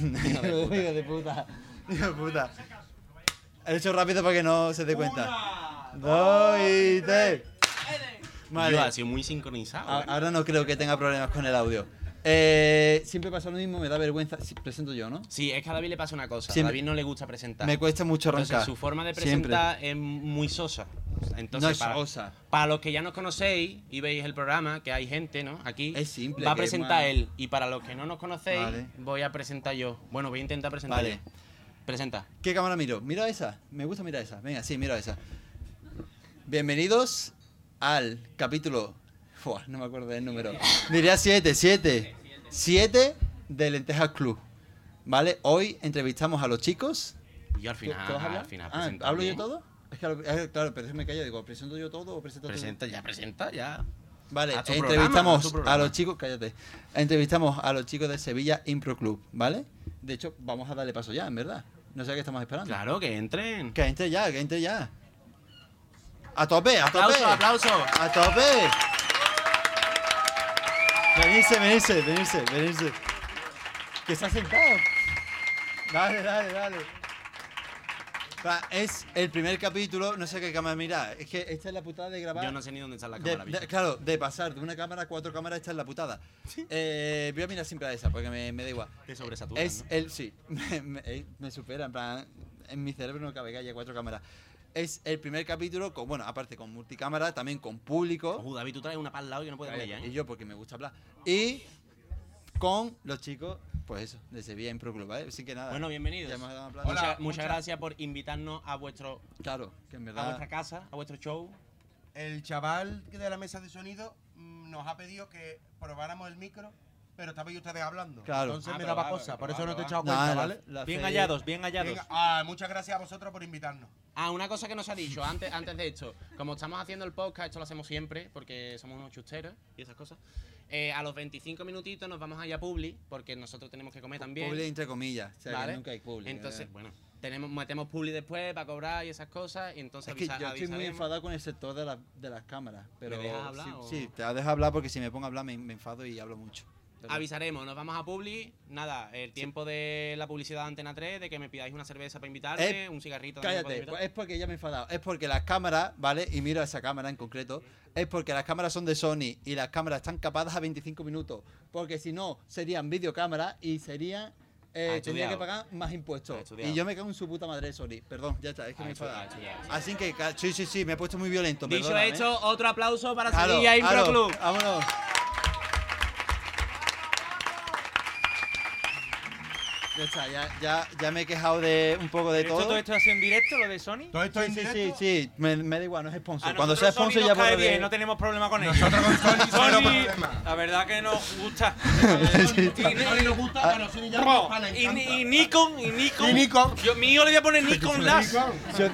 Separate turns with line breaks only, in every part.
Hijo de puta.
Hijo de puta.
Hijo de puta. He hecho rápido para que no se dé cuenta. Dos y tres. Vale.
Dios, ha sido muy sincronizado.
A-
¿eh?
Ahora no creo que tenga problemas con el audio. Eh, siempre pasa lo mismo, me da vergüenza. Sí, presento yo, ¿no?
Sí, es que a David le pasa una cosa.
Siempre-
A David no le gusta presentar.
Me cuesta mucho
Entonces,
arrancar.
su forma de
Siempre.
presentar es muy sosa. Entonces,
No es
para,
sosa.
para los que ya nos conocéis y veis el programa, que hay gente, ¿no? Aquí
Es simple,
va a
que es
presentar
más-
él. Y para los que no nos conocéis,
Vale.
voy a presentar yo. Bueno, voy a intentar presentar
Vale.
yo. Presenta.
¿Qué cámara miro? Mira esa. Me gusta mirar esa. Venga, sí, mira esa. Bienvenidos al capítulo. Buah, no me acuerdo del número. Diría 7, 7. 7 de Lentejas Club. ¿Vale? Hoy entrevistamos a los chicos.
Y yo al
¿Tú-
final,
tú vas a hablar?
al final
Ah,
presento
¿Hablo yo
también.
todo? Es que, al- ah, claro, pero es que me callo. Digo, ¿presento yo todo o presento
Presenta, ya presenta, ya.
Vale,
A tu programa, a
entrevistamos
tu
a,
programa.
los chicos, cállate. Entrevistamos a los chicos de Sevilla Impro Club, ¿vale? De hecho, vamos a darle paso ya, en verdad. No sé a qué estamos esperando.
Claro, que entren.
Que entre ya, que entre ya. A tope, a tope.
Aplauso, aplauso.
A tope. Venirse, venirse, venirse, venirse. Que se ha sentado. Dale, dale, dale. Va, es el primer capítulo, no sé qué cámara mirar. Es que esta es la putada de grabar.
Yo no sé ni dónde está la
De-
cámara.
de-
bicho.
claro, de pasar de una cámara a cuatro cámaras, esta es la putada. Eh, voy a mirar siempre a esa, porque me, me da igual.
Te sobresaturan,
Es
¿no?
el, sí, me, me- me supera, en plan, en mi cerebro no cabe que haya cuatro cámaras. Es el primer capítulo, con, bueno, aparte con multicámara, también con público.
Ojo, David, tú traes una para al lado y yo no puedo con ella,
y
¿eh?
yo, porque me gusta hablar. Y con los chicos, pues eso, de Sevilla en Pro Club, ¿vale? Así que nada.
Bueno, bienvenidos.
Ya hemos dado un aplauso.
Mucha-
Hola,
muchas gracias por invitarnos a vuestro
Claro, que en
a vuestra
verdad.
casa, a vuestro show.
El chaval de la mesa de sonido mm, nos ha pedido que probáramos el micro, pero estabais ustedes hablando.
Claro.
Entonces
Ah,
me
pero
daba
va,
cosa,
pero
por
va,
eso no
pero
te he
va.
echado
Nah,
cuenta,
la-
¿vale?
la
Bien
fe-
hallados, bien hallados.
Venga, ah, muchas gracias a vosotros por invitarnos.
Ah, una cosa que nos ha dicho antes, antes de esto. Como estamos haciendo el podcast, esto lo hacemos siempre, porque somos unos chusteros y esas cosas. eh, a los 25 minutitos nos vamos allá a Publi, porque nosotros tenemos que comer también.
Publi entre comillas, o sea, que
¿vale?
nunca hay publi. eh.
Entonces,
¿verdad?
bueno, tenemos, metemos Publi después para cobrar y esas cosas. Y entonces
Es que
avisa-
yo estoy muy
avisaremos.
enfadado con el sector de, las- de las cámaras. Pero
¿Me dejas hablar
sí,
o-
sí, te dejas hablar porque si me pongo a hablar me, me enfado y hablo mucho.
Avisaremos, nos vamos a Publi. Nada, el tiempo de la publicidad de Antena 3, de que me pidáis una cerveza para invitarme,
Eh,
un cigarrito. también para
Cállate,
invitarme.
es porque ya me he enfadado. Es porque las cámaras, ¿vale? Y miro a esa cámara en concreto. Es porque las cámaras son de Sony y las cámaras están capadas a 25 minutos. Porque si no, serían videocámaras y serían.
Ha
Eh,
estudiado.
tendría que pagar más
Ha
impuestos.
estudiado.
Y yo me cago en su puta madre de Sony. Perdón, ya está, es que
Ha
me he
estu- ha
enfadado.
estudiado.
Así que, ca- sí, sí, sí, me he puesto muy violento.
Dicho
perdóname.
esto, otro aplauso para
Claro,
Sevilla Impro
claro,
Club.
Vámonos. Ya está, ya, ya, ya me he quejado de un poco de
¿Esto
todo.
todo
este
esto ha sido en directo, lo de Sony?
Todo esto
Sí,
en
sí, sí,
directo.
sí, me, me da igual, no es sponsor.
A
Cuando sea
nosotros Sony
sponsor
nos
ya
cae
podré-
bien, no tenemos problema con ellos.
Sony, cero
Sony,
problema.
la verdad que nos gusta.
Sony nos gusta, bueno, Sony ya nos gusta, le
y,
encanta.
y Nikon, y Nikon.
Y Nikon.
Yo, mío le voy a poner Nikon Las.
Si-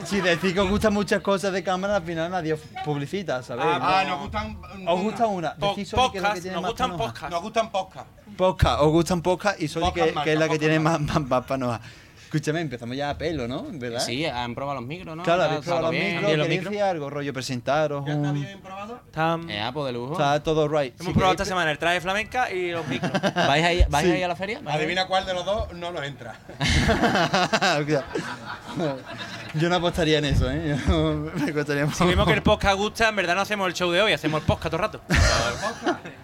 Si decís que os gustan muchas cosas de cámara, al final nadie os publicita, ¿sabéis?
Ah,
Ah, nos gustan.
Os gusta una.
Po-
Decís Sony que es la que
Podcast,
tiene
nos
más
gustan
panoja.
podcasts.
Nos gustan podcast.
Podcast, os gustan podcast y Sony
Podcast
que, que es la
marca,
que tiene más,
podcast
más, más panoja. Escúchame, empezamos ya a pelo, ¿no? ¿Verdad?
Sí, han probado los micros, ¿no?
Claro,
Ya,
habéis
está
probado
todo
los
bien.
micros,
los
queréis
micros.
decir algo, rollo presentaros.
¿Ya está
un-
bien probado?
Tam-
Eh, ah, pues de lujo.
Está todo right.
Hemos
Si
probado
queréis-
esta semana el traje flamenca y los micros.
¿Vais, ahí, vais
Sí.
ahí a la feria? ¿Vais ahí?
Adivina cuál de los dos no nos entra.
Yo no apostaría en eso, ¿eh? Yo- me costaría
Si vemos que el podcast gusta, en verdad no hacemos el show de hoy, hacemos el podcast todo el rato.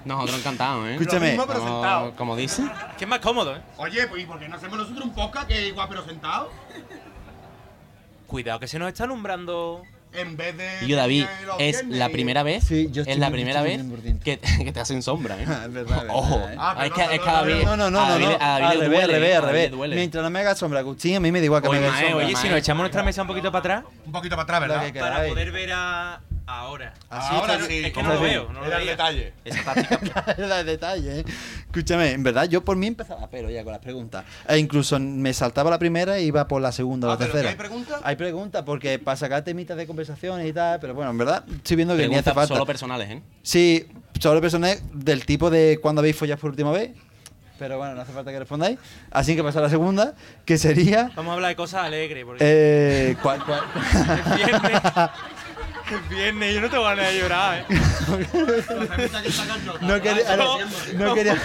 Nosotros encantados, ¿eh?
Escúchame.
Lo mismo, pero
Como,
sentado.
como dice.
Que es más cómodo, ¿eh?
Oye, pues ¿y por qué no hacemos nosotros un podcast que es igual pero sentado?
Cuidado que se nos está alumbrando.
En vez de.
Y yo, David,
tener los
es
viernes
la
y-
primera vez.
Sí, yo estoy
es la
muy-
primera
estoy
vez
muy hamburguento.
que, te- que te hacen sombra, ¿eh?
Es verdad, es
Ojo.
verdad, ¿eh?
Ah,
es,
pero
que,
no,
es que
no,
a
no,
David.
No, no, no,
a
no,
David-
no. Ah,
a David
Al
le
revés, al
duele,
revés,
¿eh?
al
A David le
revés.
duele.
Mientras no me haga sombra, Agustín, a mí me da igual que
Oye,
me haga
mae,
sombra.
oye,
Oye, si nos echamos nuestra mesa un poquito para atrás,
Un poquito para atrás,
Lo
¿verdad?
que
para
queráis.
poder ver a ahora.
Así
Ahora
está
sí.
bien.
Es que no lo
Está
veo,
bien.
no lo
Era el
veía.
detalle.
Esa táctica.
Era el detalle, ¿eh? Escúchame, en verdad yo por mí empezaba pero ya con las preguntas. E incluso me saltaba la primera e iba por la segunda o la
Ah, ¿pero que
tercera.
hay preguntas?
Hay preguntas porque para sacar temitas de conversaciones y tal, pero bueno, en verdad estoy viendo que ni hace
Preguntas
falta.
solo personales, ¿eh?
Sí, solo personas del tipo de cuando habéis follado por última vez. Pero bueno, no hace falta que respondáis. Así que pasa a la segunda, que sería.
Vamos a hablar de cosas alegres, porque
Eh, ¿cuál- cuál?
es viernes. El viernes yo no tengo ganas de llorar, ¿eh?
No quería, ahora- no quería,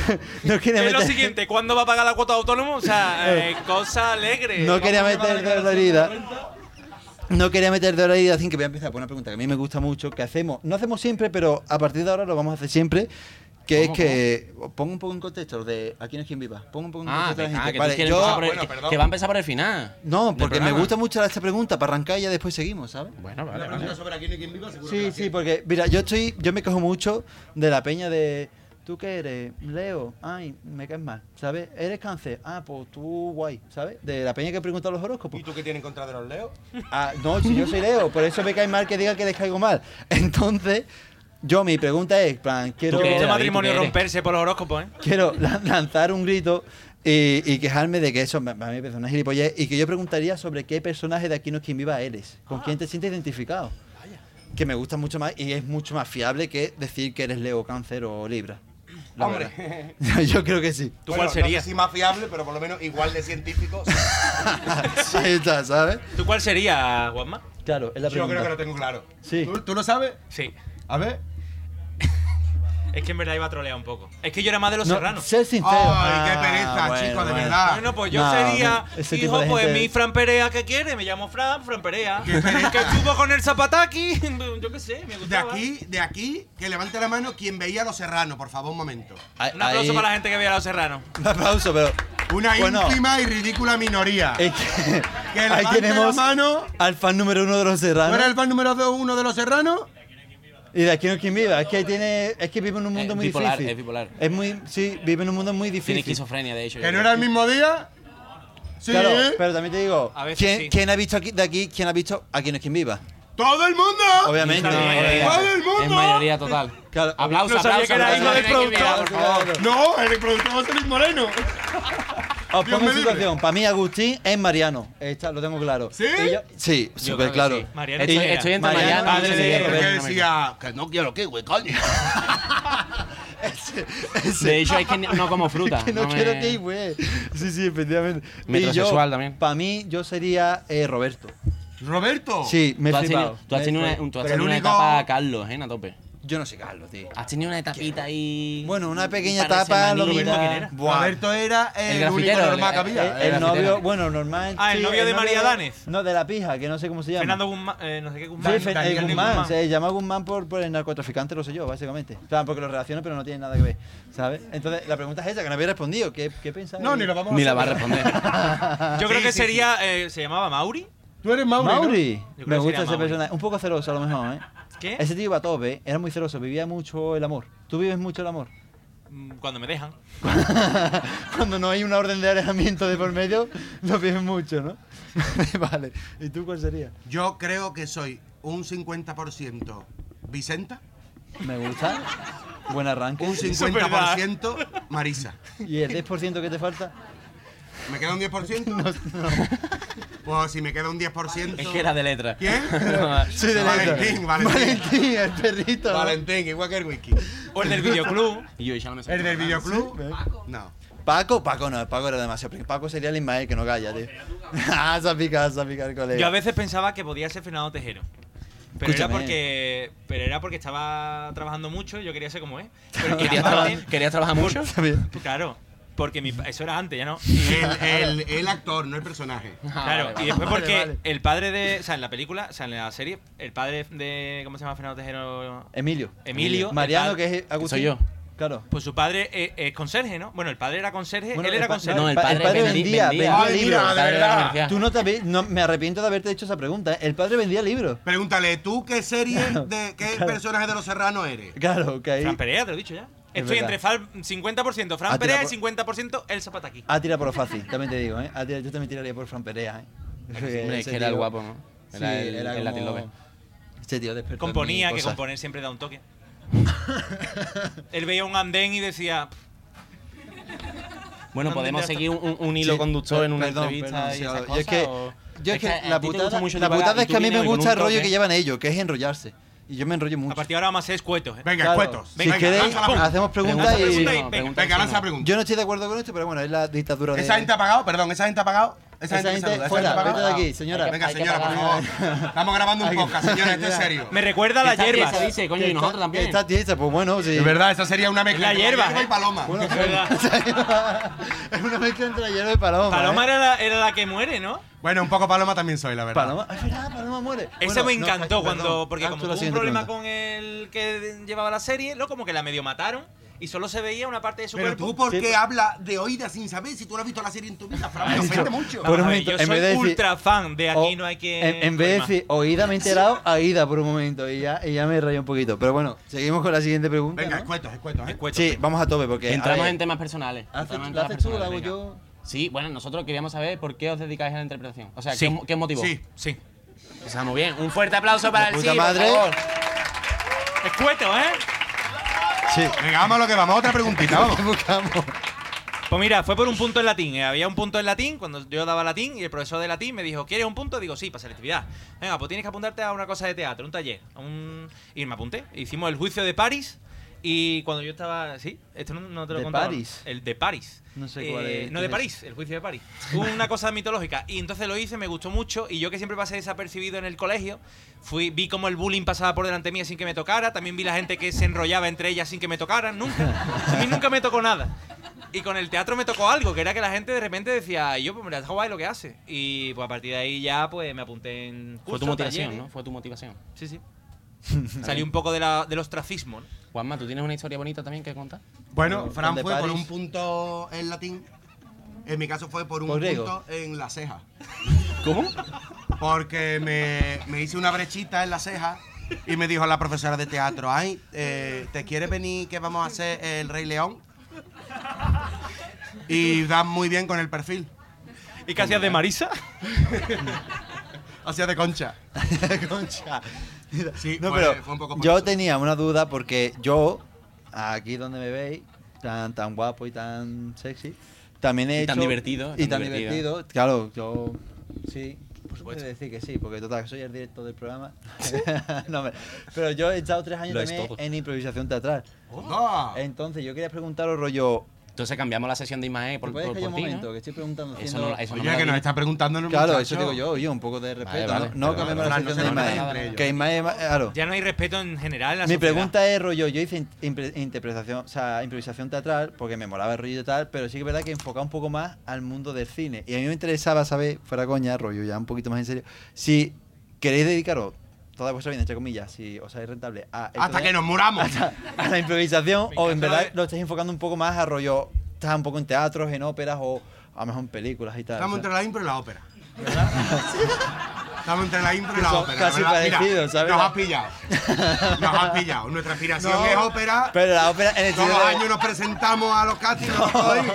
no quería
Ah, Es lo
meter,
siguiente, ¿cuándo va a pagar la cuota de autónomo? O sea, eh, cosa alegre.
no quería meter de la herida. No quería meter de la herida, así que voy a empezar por una pregunta que a mí me gusta mucho, que hacemos, no hacemos siempre, pero a partir de ahora lo vamos a hacer siempre. Que es que. Pongo un poco en contexto de ¿A quién es quien viva? Pongo un poco en
Ah,
contexto
que,
de la
ah, que
gente.
tú
Vale,
quieres
yo-
empezar por el-
bueno,
que-
perdón.
que va a empezar por el final.
No,
del
porque me
programa.
gusta mucho esta pregunta, para arrancar y ya después seguimos, ¿sabes?
Bueno,
Una
vale,
pregunta
vale.
sobre aquí no hay quien viva, seguro que
Sí,
la
sí,
tiene.
porque mira, yo estoy, yo me quejo mucho de la peña de tú qué eres, Leo, ay, me caes mal, ¿sabes? Eres cáncer, ah, pues tú guay, ¿sabes? De la peña que pregunta los horóscopos.
¿Y tú qué tienes en contra de los leos?
Ah, no, si yo soy Leo, por eso me cae mal que diga que les caigo mal. Entonces, yo mi pregunta es, plan, quiero,
Tú que
eres,
este
David,
matrimonio
tú que eres.
romperse por los horóscopos, ¿eh?
quiero la- lanzar un grito y, y quejarme de que eso me- a mí me parece una gilipollez y que yo preguntaría sobre qué personaje de Aquí no es quien viva eres, con quién te sientes identificado. Que me gusta mucho más y es mucho más fiable que decir que eres Leo Cáncer o Libra. la
Hombre.
verdad. yo creo que sí.
¿Tú cuál serías?
No sé si más fiable, pero por lo menos igual de científico.
Ahí está, ¿sabes?
¿Tú cuál sería, Juanma?
Claro, es la
Yo
pregunta.
creo que lo tengo claro.
Sí.
¿Tú, tú lo sabes?
Sí.
A ver.
Es que en verdad iba a trolear un poco. Es que yo era más de los
No,
serranos.
ser sincero.
Ay, qué pereza,
Ah, bueno,
chico, de
bueno.
verdad.
Bueno, pues yo
No,
sería,
ese tipo
hijo,
de
pues
gente-
mi Fran Perea, ¿qué quiere? Me llamo Fran, Fran Perea. Que estuvo con el Zapataki, yo qué sé, me
De
gustaba.
aquí, de aquí, que levante la mano quien veía a los serranos, por favor, un momento.
Ahí-
Un aplauso
ahí-
para la gente que veía a los serranos.
Un aplauso, pero.
Una
Bueno.
ínfima y ridícula minoría.
es que-
Que
ahí
levante
tenemos
la mano.
al fan número uno de los
¿No
serranos.
era el fan número dos, uno de los serranos?
Y de aquí no es quien viva. Es que tiene. Es que vive en un mundo
Eh,
muy
bipolar,
difícil.
es bipolar.
Es muy. Sí, vive en un mundo muy
Tiene
difícil.
esquizofrenia, de hecho.
¿Que no era el mismo día? Sí.
Claro,
¿eh?
pero también te digo,
A veces
¿quién,
sí.
quién ha visto aquí, de aquí, quién ha visto a quién es quien viva?
¡Todo el mundo!
Obviamente.
Ah, Claro, mayoría.
obviamente.
¡Todo el
Es
mundo!
mayoría total.
Claro.
Aplauso,
No sabía
aplauso,
que era
aplauso.
hijo del
Tiene que mirar,
productor.
por favor.
No, el productor José Luis Moreno.
Os pongo
Dios
en
me libre.
situación. Para mí, Agustín es Mariano. Esta, lo tengo claro.
¿Sí?
Y yo- sí, súper
creo que
claro.
sí.
Mariano
Y-
Estoy-
estoy entre
Mariano,
Mariano y
padre
Sí,
de-
porque
Roberto.
decía que no quiero que, güey, coño.
De hecho, es que ni- no como fruta.
que no,
me-
quiero que ir, güey. Sí, sí, efectivamente.
Metrosexual también.
Para mí, yo sería eh, Roberto.
Roberto.
Sí, me he
Oh, Tú has tenido,
flipado.
tú has
Me he
tenido una,
flipado.
un- tú has
Pero el
tenido una
único-
etapa Carlos, ¿eh? A tope.
Yo no sé, Carlos, tío.
Has tenido una etapita ahí.
Bueno, una pequeña
para
etapa, lo
semanita.
mira. Buah. Eh,
Roberto era el,
El
único
grafitero,
normal que
el-
había.
el,
era
el novio,
gitano.
bueno, normal.
Ah, el novio de María Danez.
No, de la pija, que no sé cómo se llama.
Fernando Guzmán, eh, no sé qué
Sí,
Guzmán.
Fe- eh,
Daniel
Guzmán, se llama Guzmán por, por el narcotraficante, lo sé yo, básicamente. O sea, porque lo relaciono, pero no tiene nada que ver, ¿sabes? Entonces, la pregunta es esa, que no había respondido. ¿Qué, qué pensáis?
No, ni lo vamos a
Ni la va a
hacer.
responder.
Yo creo
Sí,
que
sí,
sería, eh, se llamaba Mauri.
Tú eres Mauri. ¿no?
Mauri.
Yo creo
Me gusta
que sería
ese
Mauri.
personaje. Un poco celoso, a lo mejor, ¿eh?
¿Qué?
Ese tío iba a tope, ¿eh? era muy celoso, vivía mucho el amor. ¿Tú vives mucho el amor?
Mm, Cuando me dejan.
Cuando no hay una orden de alejamiento de por medio, lo vives mucho, ¿no? vale. ¿Y tú cuál sería?
Yo creo que soy un 50% Vicenta,
Me gusta. Buen arranque.
un 50% Marisa.
¿Y el 10% que te falta?
¿Me queda un 10%? Pues si me queda un 10%.
Es que era de letra.
¿Quién?
Sí, de
Valentín,
letra.
Valentín.
Valentín, el perrito. ¿no?
Valentín, igual que el whisky.
O el del videoclub.
Y yo ya no me sé.
¿El del videoclub?
Sí,
No.
Paco, Paco no, Paco era demasiado. pri- Paco sería el Ismael que no calla, tío. ah, se ha picado, se ha picado el colega.
Yo a veces pensaba que podía ser Fernando Tejero. Pero era,
Escúchame.
porque, pero era porque estaba trabajando mucho, yo quería ser como es. Pero y
¿Querías,
aparte,
traba- querías trabajar mucho?
Bien.
claro, porque mi, pa- eso era antes, ya no.
El, el- el actor, no el personaje.
Ah,
Claro,
vale, vale.
y después
Vale,
porque
vale.
el padre de. O sea, en la película, o sea, en la serie, el padre de. ¿Cómo se llama Fernando Tejero?
Emilio.
Emilio.
Mariano,
el
que
padre-
es Agustín.
Soy yo.
Claro.
Pues su padre es, es conserje, ¿no? Bueno, el padre era conserje,
Bueno,
él era
el pa-
conserje.
No, el
Pa-
padre,
el padre
vendi- vendía.
vendía- vendía libros,
de
El padre era
verdad.
comercial.
Tú no te habéis- no, me arrepiento de haberte hecho esa pregunta. ¿eh? El padre vendía libros.
Pregúntale, ¿tú qué serie, de qué personaje de Los Serranos eres?
Claro, que ahí.
Fran Perea, te lo he dicho ya.
Es
Estoy
verdad.
entre Fran- 50% Fran
Ah, tira
Perea y
por-
50% el Zapataki.
A tirar por lo fácil, también te digo, ¿eh? A tirar- yo también tiraría por Fran Perea, ¿eh?
Hombre, es
Ese
que era el
tío-
guapo, ¿no? Era
Sí,
el,
era
el Latin
como-
Lover.
Este tío despertó. en mí
Componía, que
cosas.
componer siempre da un toque. Él veía un andén y decía.
Bueno,
No
podemos seguir
entendía
un, un- un
Sí,
hilo conductor en una
perdón,
entrevista
perdón,
y
sí,
esas
yo
cosas.
es que,
o-
yo es que
a
la
ti te gusta
putada,
mucho
la
divagar y
putada es
tú
que a mí
vienes
me
hoy con
gusta
un
el rollo
toque.
que llevan ellos, que es enrollarse. Y yo me enrollo mucho.
A partir de ahora vamos a ser escuetos, ¿eh?
Venga,
Claro,
escuetos.
Si
Venga,
queréis,
lanza la pregunta.
hacemos preguntas
Lanza la
y...
pregunta y-
pregunta
Venga,
al
lanza
chino.
pregunta.
Yo no estoy de acuerdo con esto, pero bueno, es la dictadura de...
¿Esa gente ha pagado? Perdón, ¿esa gente ha pagado?
Esa gente, fuera,
para
vete de
abajo.
aquí, señora.
Venga,
Hay que
señora, por favor. Estamos grabando un
Hay que-
podcast, señora, esto es
Mira.
serio.
Me recuerda a las
Está tiesa,
hierbas.
dice, coño, y nosotros también.
Está tiesa, pues bueno, sí.
De verdad, esa sería una mezcla
La
entre
hierba,
y
¿eh?
paloma.
Bueno, es una mezcla entre hierba y paloma.
Paloma
¿eh?
era la, era la que muere, ¿no?
Bueno, un poco paloma también soy, la verdad.
Paloma. Es verdad, paloma muere.
Ese
Bueno,
me
no,
encantó
perdón.
cuando. Porque
Haz
como
tú la
tuvo un
siguiente
problema
pregunta.
con el que llevaba la serie, luego como que la medio mataron y solo se veía una parte de su
Pero
cuerpo.
tú, ¿por
Sí,
qué
pero-
hablas de oídas sin saber si tú no has visto la serie en tu vida, Fran? Me ofende mucho.
Por un
Vamos a ver,
momento,
yo
en
soy
vez de decir-
ultra fan de aquí,
O-
no hay que.
Oh, En, en vez de decir oída me he enterado, oída por un momento. Y ya, y ya me rayé un poquito. Pero bueno, seguimos con la siguiente pregunta.
Venga,
¿no?
escuetos, escuetos. ¿eh?
Cuento.
Sí, vamos a tope porque. a
Entramos
ver,
en temas personales.
¿haces-
Entramos en
¿Lo
temas
haces tú o lo hago
personales, venga.
yo?
Sí, bueno, nosotros queríamos saber por qué os dedicáis a la interpretación. O sea,
Sí.
¿qué, qué motivo?
Sí.
Sí.
O sea, muy bien. Un fuerte aplauso para
La
el
puta
sí, por
madre.
favor.
Escueto, ¿eh?
Sí.
Venga, vamos a lo que vamos, otra preguntita, vamos.
¿Qué buscamos?
Pues mira, fue por un punto en latín. eh. Había un punto en latín cuando yo daba latín y el profesor de latín me dijo, ¿quieres un punto? Digo, sí, para selectividad. Venga, pues tienes que apuntarte a una cosa de teatro, un taller. a un- Y me apunté. Hicimos el juicio de París y cuando yo estaba... Sí, esto no, no te lo
¿De
he contado,
París?
El de París. Eh,
No sé cuál es,
No,
qué
de
es.
París, el juicio de París. Una cosa mitológica. Y entonces lo hice, me gustó mucho y yo que siempre pasé desapercibido en el colegio, fui, vi cómo el bullying pasaba por delante mía sin que me tocara. También vi la gente que se enrollaba entre ellas sin que me tocaran. Nunca. A mí nunca me tocó nada. Y con el teatro me tocó algo, que era que la gente de repente decía, yo, pues mira, está guay lo que hace. Y pues a partir de ahí ya pues me apunté en
Fue tu
cursos,
motivación,
talleres.
¿no? Fue tu motivación.
Sí, sí. Salí un poco de la, del ostracismo, ¿no?
Juanma, ¿tú tienes una historia bonita también que contar?
Bueno, Fran
de
fue por
París.
un punto en latín. En mi caso fue por un
Por griego.
punto en la ceja.
¿Cómo?
Porque me, me hice una brechita en la ceja y me dijo la profesora de teatro, ay, eh, ¿te quieres venir que vamos a hacer el Rey León? Y dan muy bien con el perfil.
¿Y qué hacías de Marisa?
Hacía de concha.
Concha.
Sí,
no,
fue-
pero
fue un poco por
yo
eso.
tenía una duda porque yo, aquí donde me veis, tan, tan guapo y tan sexy, también he
Y tan
hecho-
divertido,
Y
tan
tan
divertido.
divertido. Claro, yo sí. Por supuesto. decir que sí, porque total, soy el director del programa. No, hombre. pero yo he estado tres años
Lo es
también
todo.
en improvisación teatral.
¡Onda!
Entonces, yo quería preguntaros, rollo.
Entonces cambiamos la sesión de imagen por,
¿Puedes
por,
callar un
por ti, ¿no?
momento? Que estoy preguntando.
Eso
haciendo-
no, eso no me
Oye,
lo
que nos
digas.
está preguntando el
Claro,
muchacho.
eso digo yo, oye, un poco de respeto.
vale,
no no
pero
cambiemos
bueno,
la
no se
sección de
meta
Ismael.
entre
Que
ellos.
Ismael, claro.
Ya no hay respeto en general en la
Mi
sociedad.
pregunta es, rollo, yo hice in- impre- interpretación, o sea, improvisación teatral, porque me molaba el rollo y tal, pero sí que es verdad que enfocaba un poco más al mundo del cine. Y a mí me interesaba saber, fuera coña, rollo ya un poquito más en serio, si queréis dedicaros toda vuestra vida, entre comillas, si os es rentable, a, esto
Hasta
de-
que nos muramos.
a la improvisación,
Me
o en
encanta
verdad
la-
lo estáis enfocando un poco más a rollo, estás un poco en teatros, en óperas, o a lo mejor en películas y tal.
Estamos
o sea.
entre la impro y la ópera. Estamos entre la impro y
Que
la
son
ópera.
casi
la verdad. Mira,
parecidos, ¿sabes?
Nos has pillado. Nos has pillado. Nuestra aspiración
No,
es ópera.
Pero la ópera en el
Todos
sentido
los
de-
años nos presentamos a los castings. No.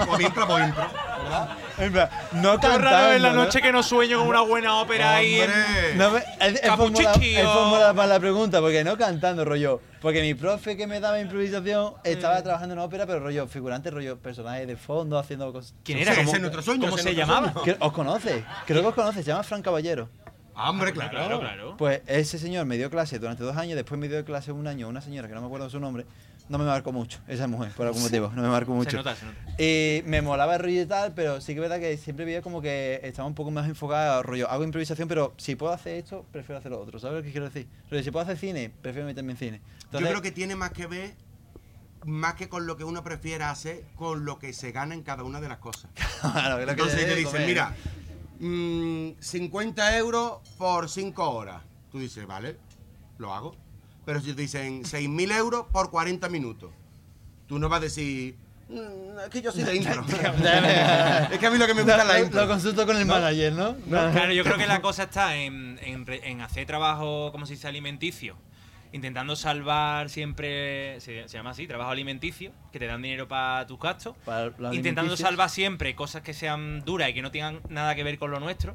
Por impro, por impro. ¿Verdad?
en plan, No
Qué raro
cantando,
es la
¿no?
noche que no sueño con una buena ópera y...
Hombre.
No, me- es, es formulado-
Capuchichi
es
o-
formulado para la pregunta, porque no cantando, rollo. Porque mi profe que me daba improvisación estaba
Mm.
trabajando en una ópera, pero rollo figurante, rollo personaje de fondo, haciendo cosas.
¿Quién
Ese-
era?
ese
¿Cómo,
es nuestro sueño,
¿cómo
ese
se
es nuestro
llamaba?
sueño.
Que- ¿Os conoce? Creo que os conoce, se llama Fran Caballero.
Ah, hombre, claro.
Pues ese señor me dio clase durante dos años, después me dio clase un año una señora que no me acuerdo su nombre. No me marcó mucho, esa mujer, por algún motivo, no me marcó mucho.
Se nota, se nota.
Y me molaba el rollo y tal, pero sí que es verdad que siempre veía como que estaba un poco más enfocada al rollo. Hago improvisación, pero si puedo hacer esto, prefiero hacer lo otro. ¿Sabes lo que quiero decir? Rollo, si puedo hacer cine, prefiero meterme en cine.
Yo
Entonces,
creo que tiene más que ver, más que con lo que uno prefiera hacer, con lo que se gana en cada una de las cosas.
Claro, creo que
Entonces
debe
te
de
dicen,
comer.
mira, mm, 50 euros por 5 horas. Tú dices, vale, lo hago. Pero si te dicen 6.000 euros por 40 minutos, tú no vas a decir, "Mm, es que yo soy de intro. es que a mí lo que me gusta es la
Lo, lo
intro.
consulto con el manager, ¿no?
Claro, yo creo que la cosa está en, en re- en hacer trabajo, como se dice, alimenticio. Intentando salvar siempre, se, se llama así, trabajo alimenticio, que te dan dinero para tus gastos.
Para los
Intentando
alimenticios.
salvar siempre cosas que sean duras y que no tengan nada que ver con lo nuestro.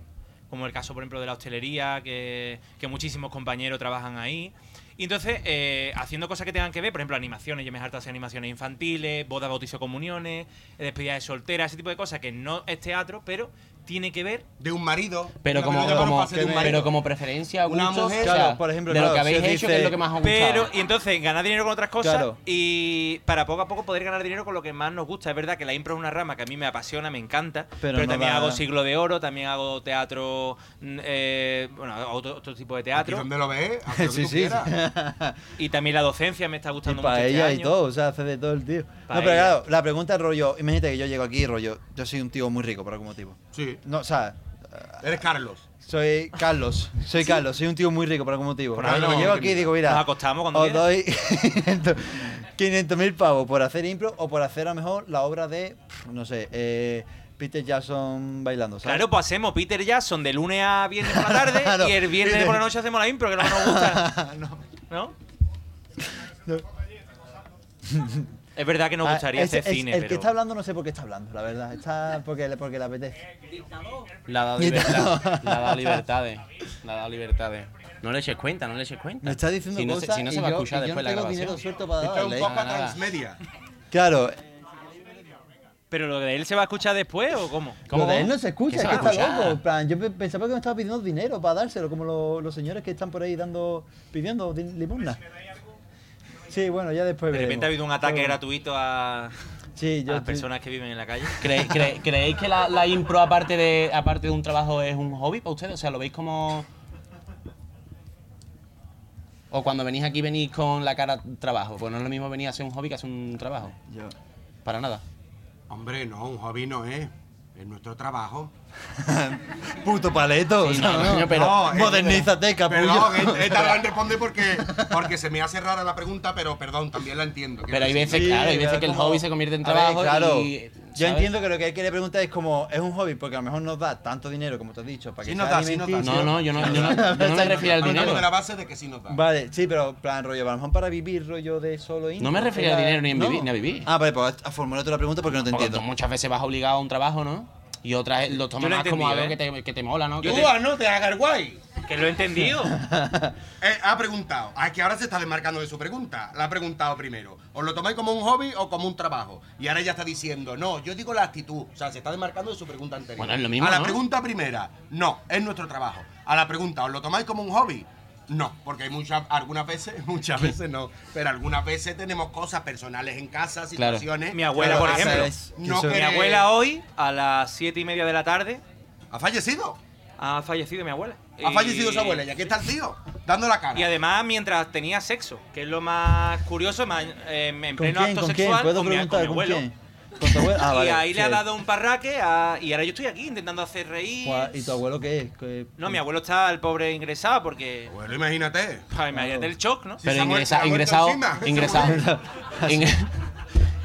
Como el caso, por ejemplo, de la hostelería, que, que muchísimos compañeros trabajan ahí. Y entonces, eh, haciendo cosas que tengan que ver, por ejemplo, animaciones, yo me he hartado de hacer animaciones infantiles, bodas, bautizos, comuniones, eh, despedidas de soltera, ese tipo de cosas que no es teatro, pero tiene que ver?
De un marido.
Pero
Una
como,
película
como-
pase de un
que me-
marido.
pero como preferencia,
Una
gustos,
mujer,
o sea,
claro, por ejemplo,
de lo
claro,
que
si
habéis
os
hecho, que es
dice-
lo que más os gustaba.
Pero, y entonces, ganar dinero con otras cosas
Claro.
y para poco a poco poder ganar dinero con lo que más nos gusta. Es verdad que la impro es una rama que a mí me apasiona, me encanta,
Pero
pero,
no
también
va-
hago siglo de oro, también hago teatro, mm, eh, bueno, hago otro, otro tipo de
Aquí
teatro
donde lo ves, haz lo que
Sí,
tú
sí.
quieras.
y también la docencia me está
Y
gustando mucho.
para
este
ella y
año.
todo, o sea, hace de todo el tío. no, pero
Paella.
claro, la pregunta es rollo, imagínate que yo llego aquí, rollo, yo soy un tío muy rico por algún motivo.
Sí.
No, o sea,
Eres Carlos.
soy Carlos, soy Carlos, soy un tío muy rico por algún motivo.
Por
Pero
algo,
llego aquí y digo, mira,
nos acostamos cuando
os
quieras.
doy 500 mil pavos por hacer impro o por hacer a lo mejor la obra de, pff, no sé, eh, Peter Jackson bailando, ¿sabes?
Claro, pues hacemos Peter Jackson de lunes a viernes por la tarde
Claro,
y el viernes
Peter.
por la noche hacemos la impro, que es lo que nos gusta. no. es verdad que nos
Ah,
gustaría
ese-
hacer
es-
cine,
El
pero...
que está hablando no sé por qué está hablando, la verdad. Está porque, le- porque le apetece.
Le ha dado libertad. Le ha dado libertades. Le ha dado libertades. No le eches cuenta, no le eches cuenta.
Me está diciendo
si no
cosas
Se, si no
y
se va a
yo-
escuchar
y yo no
después la
tengo dinero
grabación.
suelto para
Esto es un
darle.
podcast
nada.
transmedia.
Claro,
¿Pero lo de él se va a escuchar después o cómo?
¿Cómo?
Lo de él no se escucha,
¿Qué se
es que
va a
está
escuchar?
loco. En plan, yo pe- pensaba que me estaba pidiendo dinero para dárselo, como lo- los señores que están por ahí dando, pidiendo di- limosna. Sí, bueno, ya después.
De repente ha habido un ataque
gratuito.
gratuito a,
Sí,
a
yo.
las personas que viven en la calle.
¿Cre- cre- ¿Creéis que la, la impro, aparte de, aparte de un trabajo, es un hobby para ustedes? O sea, ¿lo veis como.? O cuando venís aquí, venís con la cara trabajo. Pues no es lo mismo venir a hacer un hobby que hacer un trabajo.
yo-
Para nada.
Hombre, no, un hobby no es. Es nuestro trabajo.
Puto paleto.
Sí,
o sea,
no, coño, pero- eh.
No,
es-
modernízate, capullo.
Perdón, esta- esta la responde porque, porque se me hace rara la pregunta, pero perdón, también la entiendo.
Pero hay veces,
Sí,
claro, hay veces
pero
que el
como-
hobby se convierte en
A ver,
trabajo.
claro.
y,
Yo
¿sabes?
entiendo que lo que él quiere preguntar es como, es un hobby, porque a lo mejor nos da tanto dinero, como te has dicho, para que
Sí nos
sea
da, sí nos da,
alimenticio.
No, no, yo no, yo no, yo no me refiero al dinero.
Hablamos de la base de que sí nos da.
Vale, sí, pero plan rollo, a lo mejor para vivir rollo de solo impro,
No me refiero
era-
a dinero ni a
No.
vivir- ni a vivir.
Ah, vale, pues a formular otra pregunta porque no te
Porque
entiendo.
tú muchas veces vas obligado a un trabajo, ¿no? Y otras lo
Yo
tomas
lo he
más como algo
entendido,
que, te, que te mola, ¿no? Que te-
Cuba, no te hagas guay.
Que lo he entendido.
Eh, ha preguntado. Ah, Es que ahora se está desmarcando de su pregunta. La ha preguntado primero. ¿Os lo tomáis como un hobby o como un trabajo? Y ahora ya está diciendo, no, yo digo la actitud. O sea, se está desmarcando de su pregunta anterior.
Bueno, es lo mismo,
A la
¿no?
pregunta primera, no, es nuestro trabajo. A la pregunta, ¿os lo tomáis como un hobby? No, porque hay muchas, algunas veces, muchas veces no, pero algunas veces tenemos cosas personales en casa,
Claro.
situaciones.
Mi abuela, por
Ah,
ejemplo.
¿sabes?
Que
No
soy-
Mi
que-
abuela hoy, a las siete y media de la tarde,
¿Ha fallecido?
ha fallecido mi abuela.
Ha
Y-
fallecido su abuela y aquí está el tío, dando la cara.
Y además, mientras tenía sexo, que es lo más curioso, más, eh, en
¿Con
pleno
quién?
acto
¿Con quién?
sexual,
¿Puedo
con mi- con
preguntar
mi
con,
abuelo.
quién? ¿Con tu abuelo? Ah,
y
vale,
ahí le ha
sí.
dado un parraque a- y ahora yo estoy aquí intentando hacer reír.
Guau, ¿Y tu abuelo qué es? ¿Qué-
No, mi abuelo está el pobre ingresado porque.
Bueno, imagínate.
Ay, imagínate el shock, ¿no?
Sí.
Pero
se ha muerto- se
ingresa,
ha
ingresado,
muerto encima, se
ingresado,
murió.
ing-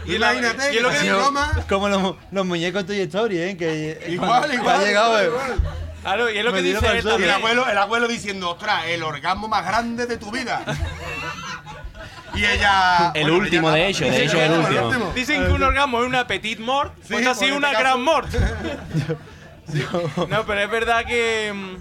Y la-
Imagínate,
y es lo que
que
digo.
broma.
Como los, mu- los muñecos de Toy Story, ¿eh? Que que
Igual,
ha
igual.
llegado, eh.
igual.
Claro, y es lo
Me
que
dieron
dice
al
él
sol.
Y el
también.
abuelo, el abuelo diciendo, ostras, el orgasmo más grande de tu vida. Y ella.
El
bueno,
último,
ella
de
nada,
hecho,
pero
de
dice
hecho,
que
el
no,
último.
Dicen que un orgasmo es una petit mort,
Sí,
pues
por
así
este
una
caso.
gran mort. No, pero es verdad que. mm,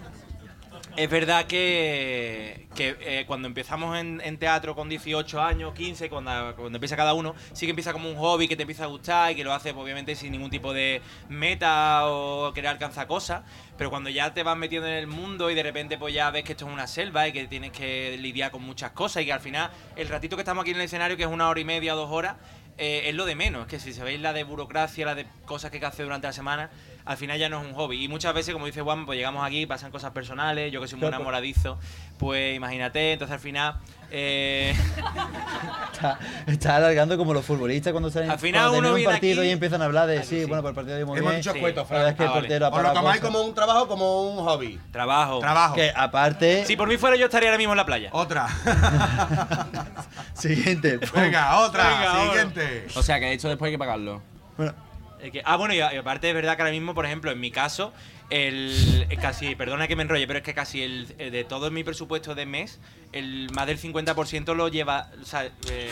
Es verdad que, que eh, cuando empezamos en, en teatro con 18 años, 15, cuando, cuando empieza cada uno, sí que empieza como un hobby que te empieza a gustar y que lo haces obviamente sin ningún tipo de meta o querer alcanzar cosas. Pero cuando ya te vas metiendo en el mundo y de repente pues ya ves que esto es una selva y que tienes que lidiar con muchas cosas y que al final el ratito que estamos aquí en el escenario, que es una hora y media o dos horas, eh, es lo de menos. Es que si sabéis la de burocracia, la de cosas que hay que hacer durante la semana, al final ya no es un hobby. Y muchas veces, como dice Juan, pues llegamos aquí, pasan cosas personales, yo que soy muy
Claro.
enamoradizo, pues imagínate, entonces al final... eh,
Está, está alargando como los futbolistas cuando salen
Al final
cuando
uno
terminan
viene
un partido
aquí-
y empiezan a hablar de
Ah,
sí,
sí, sí.
bueno, pues el partido de muy
Hemos
bien.
dicho
Sí.
cueto,
La verdad es que
Fran.
el
Ah, vale.
portero
Os lo
apaga
tomáis
cosas.
como un trabajo, como un hobby.
trabajo.
Trabajo.
que aparte
Si por mí fuera yo estaría ahora mismo en la playa.
Otra.
siguiente. pum.
Venga, otra.
Venga, ahora.
Siguiente.
O sea, que esto después hay que pagarlo.
Bueno,
Es que- ah, bueno, y a- y aparte es verdad que ahora mismo, por ejemplo, en mi caso, el eh, casi, perdona que me enrolle, pero es que casi el eh, de todo mi presupuesto de mes, el más del 50% lo lleva, o sea, eh,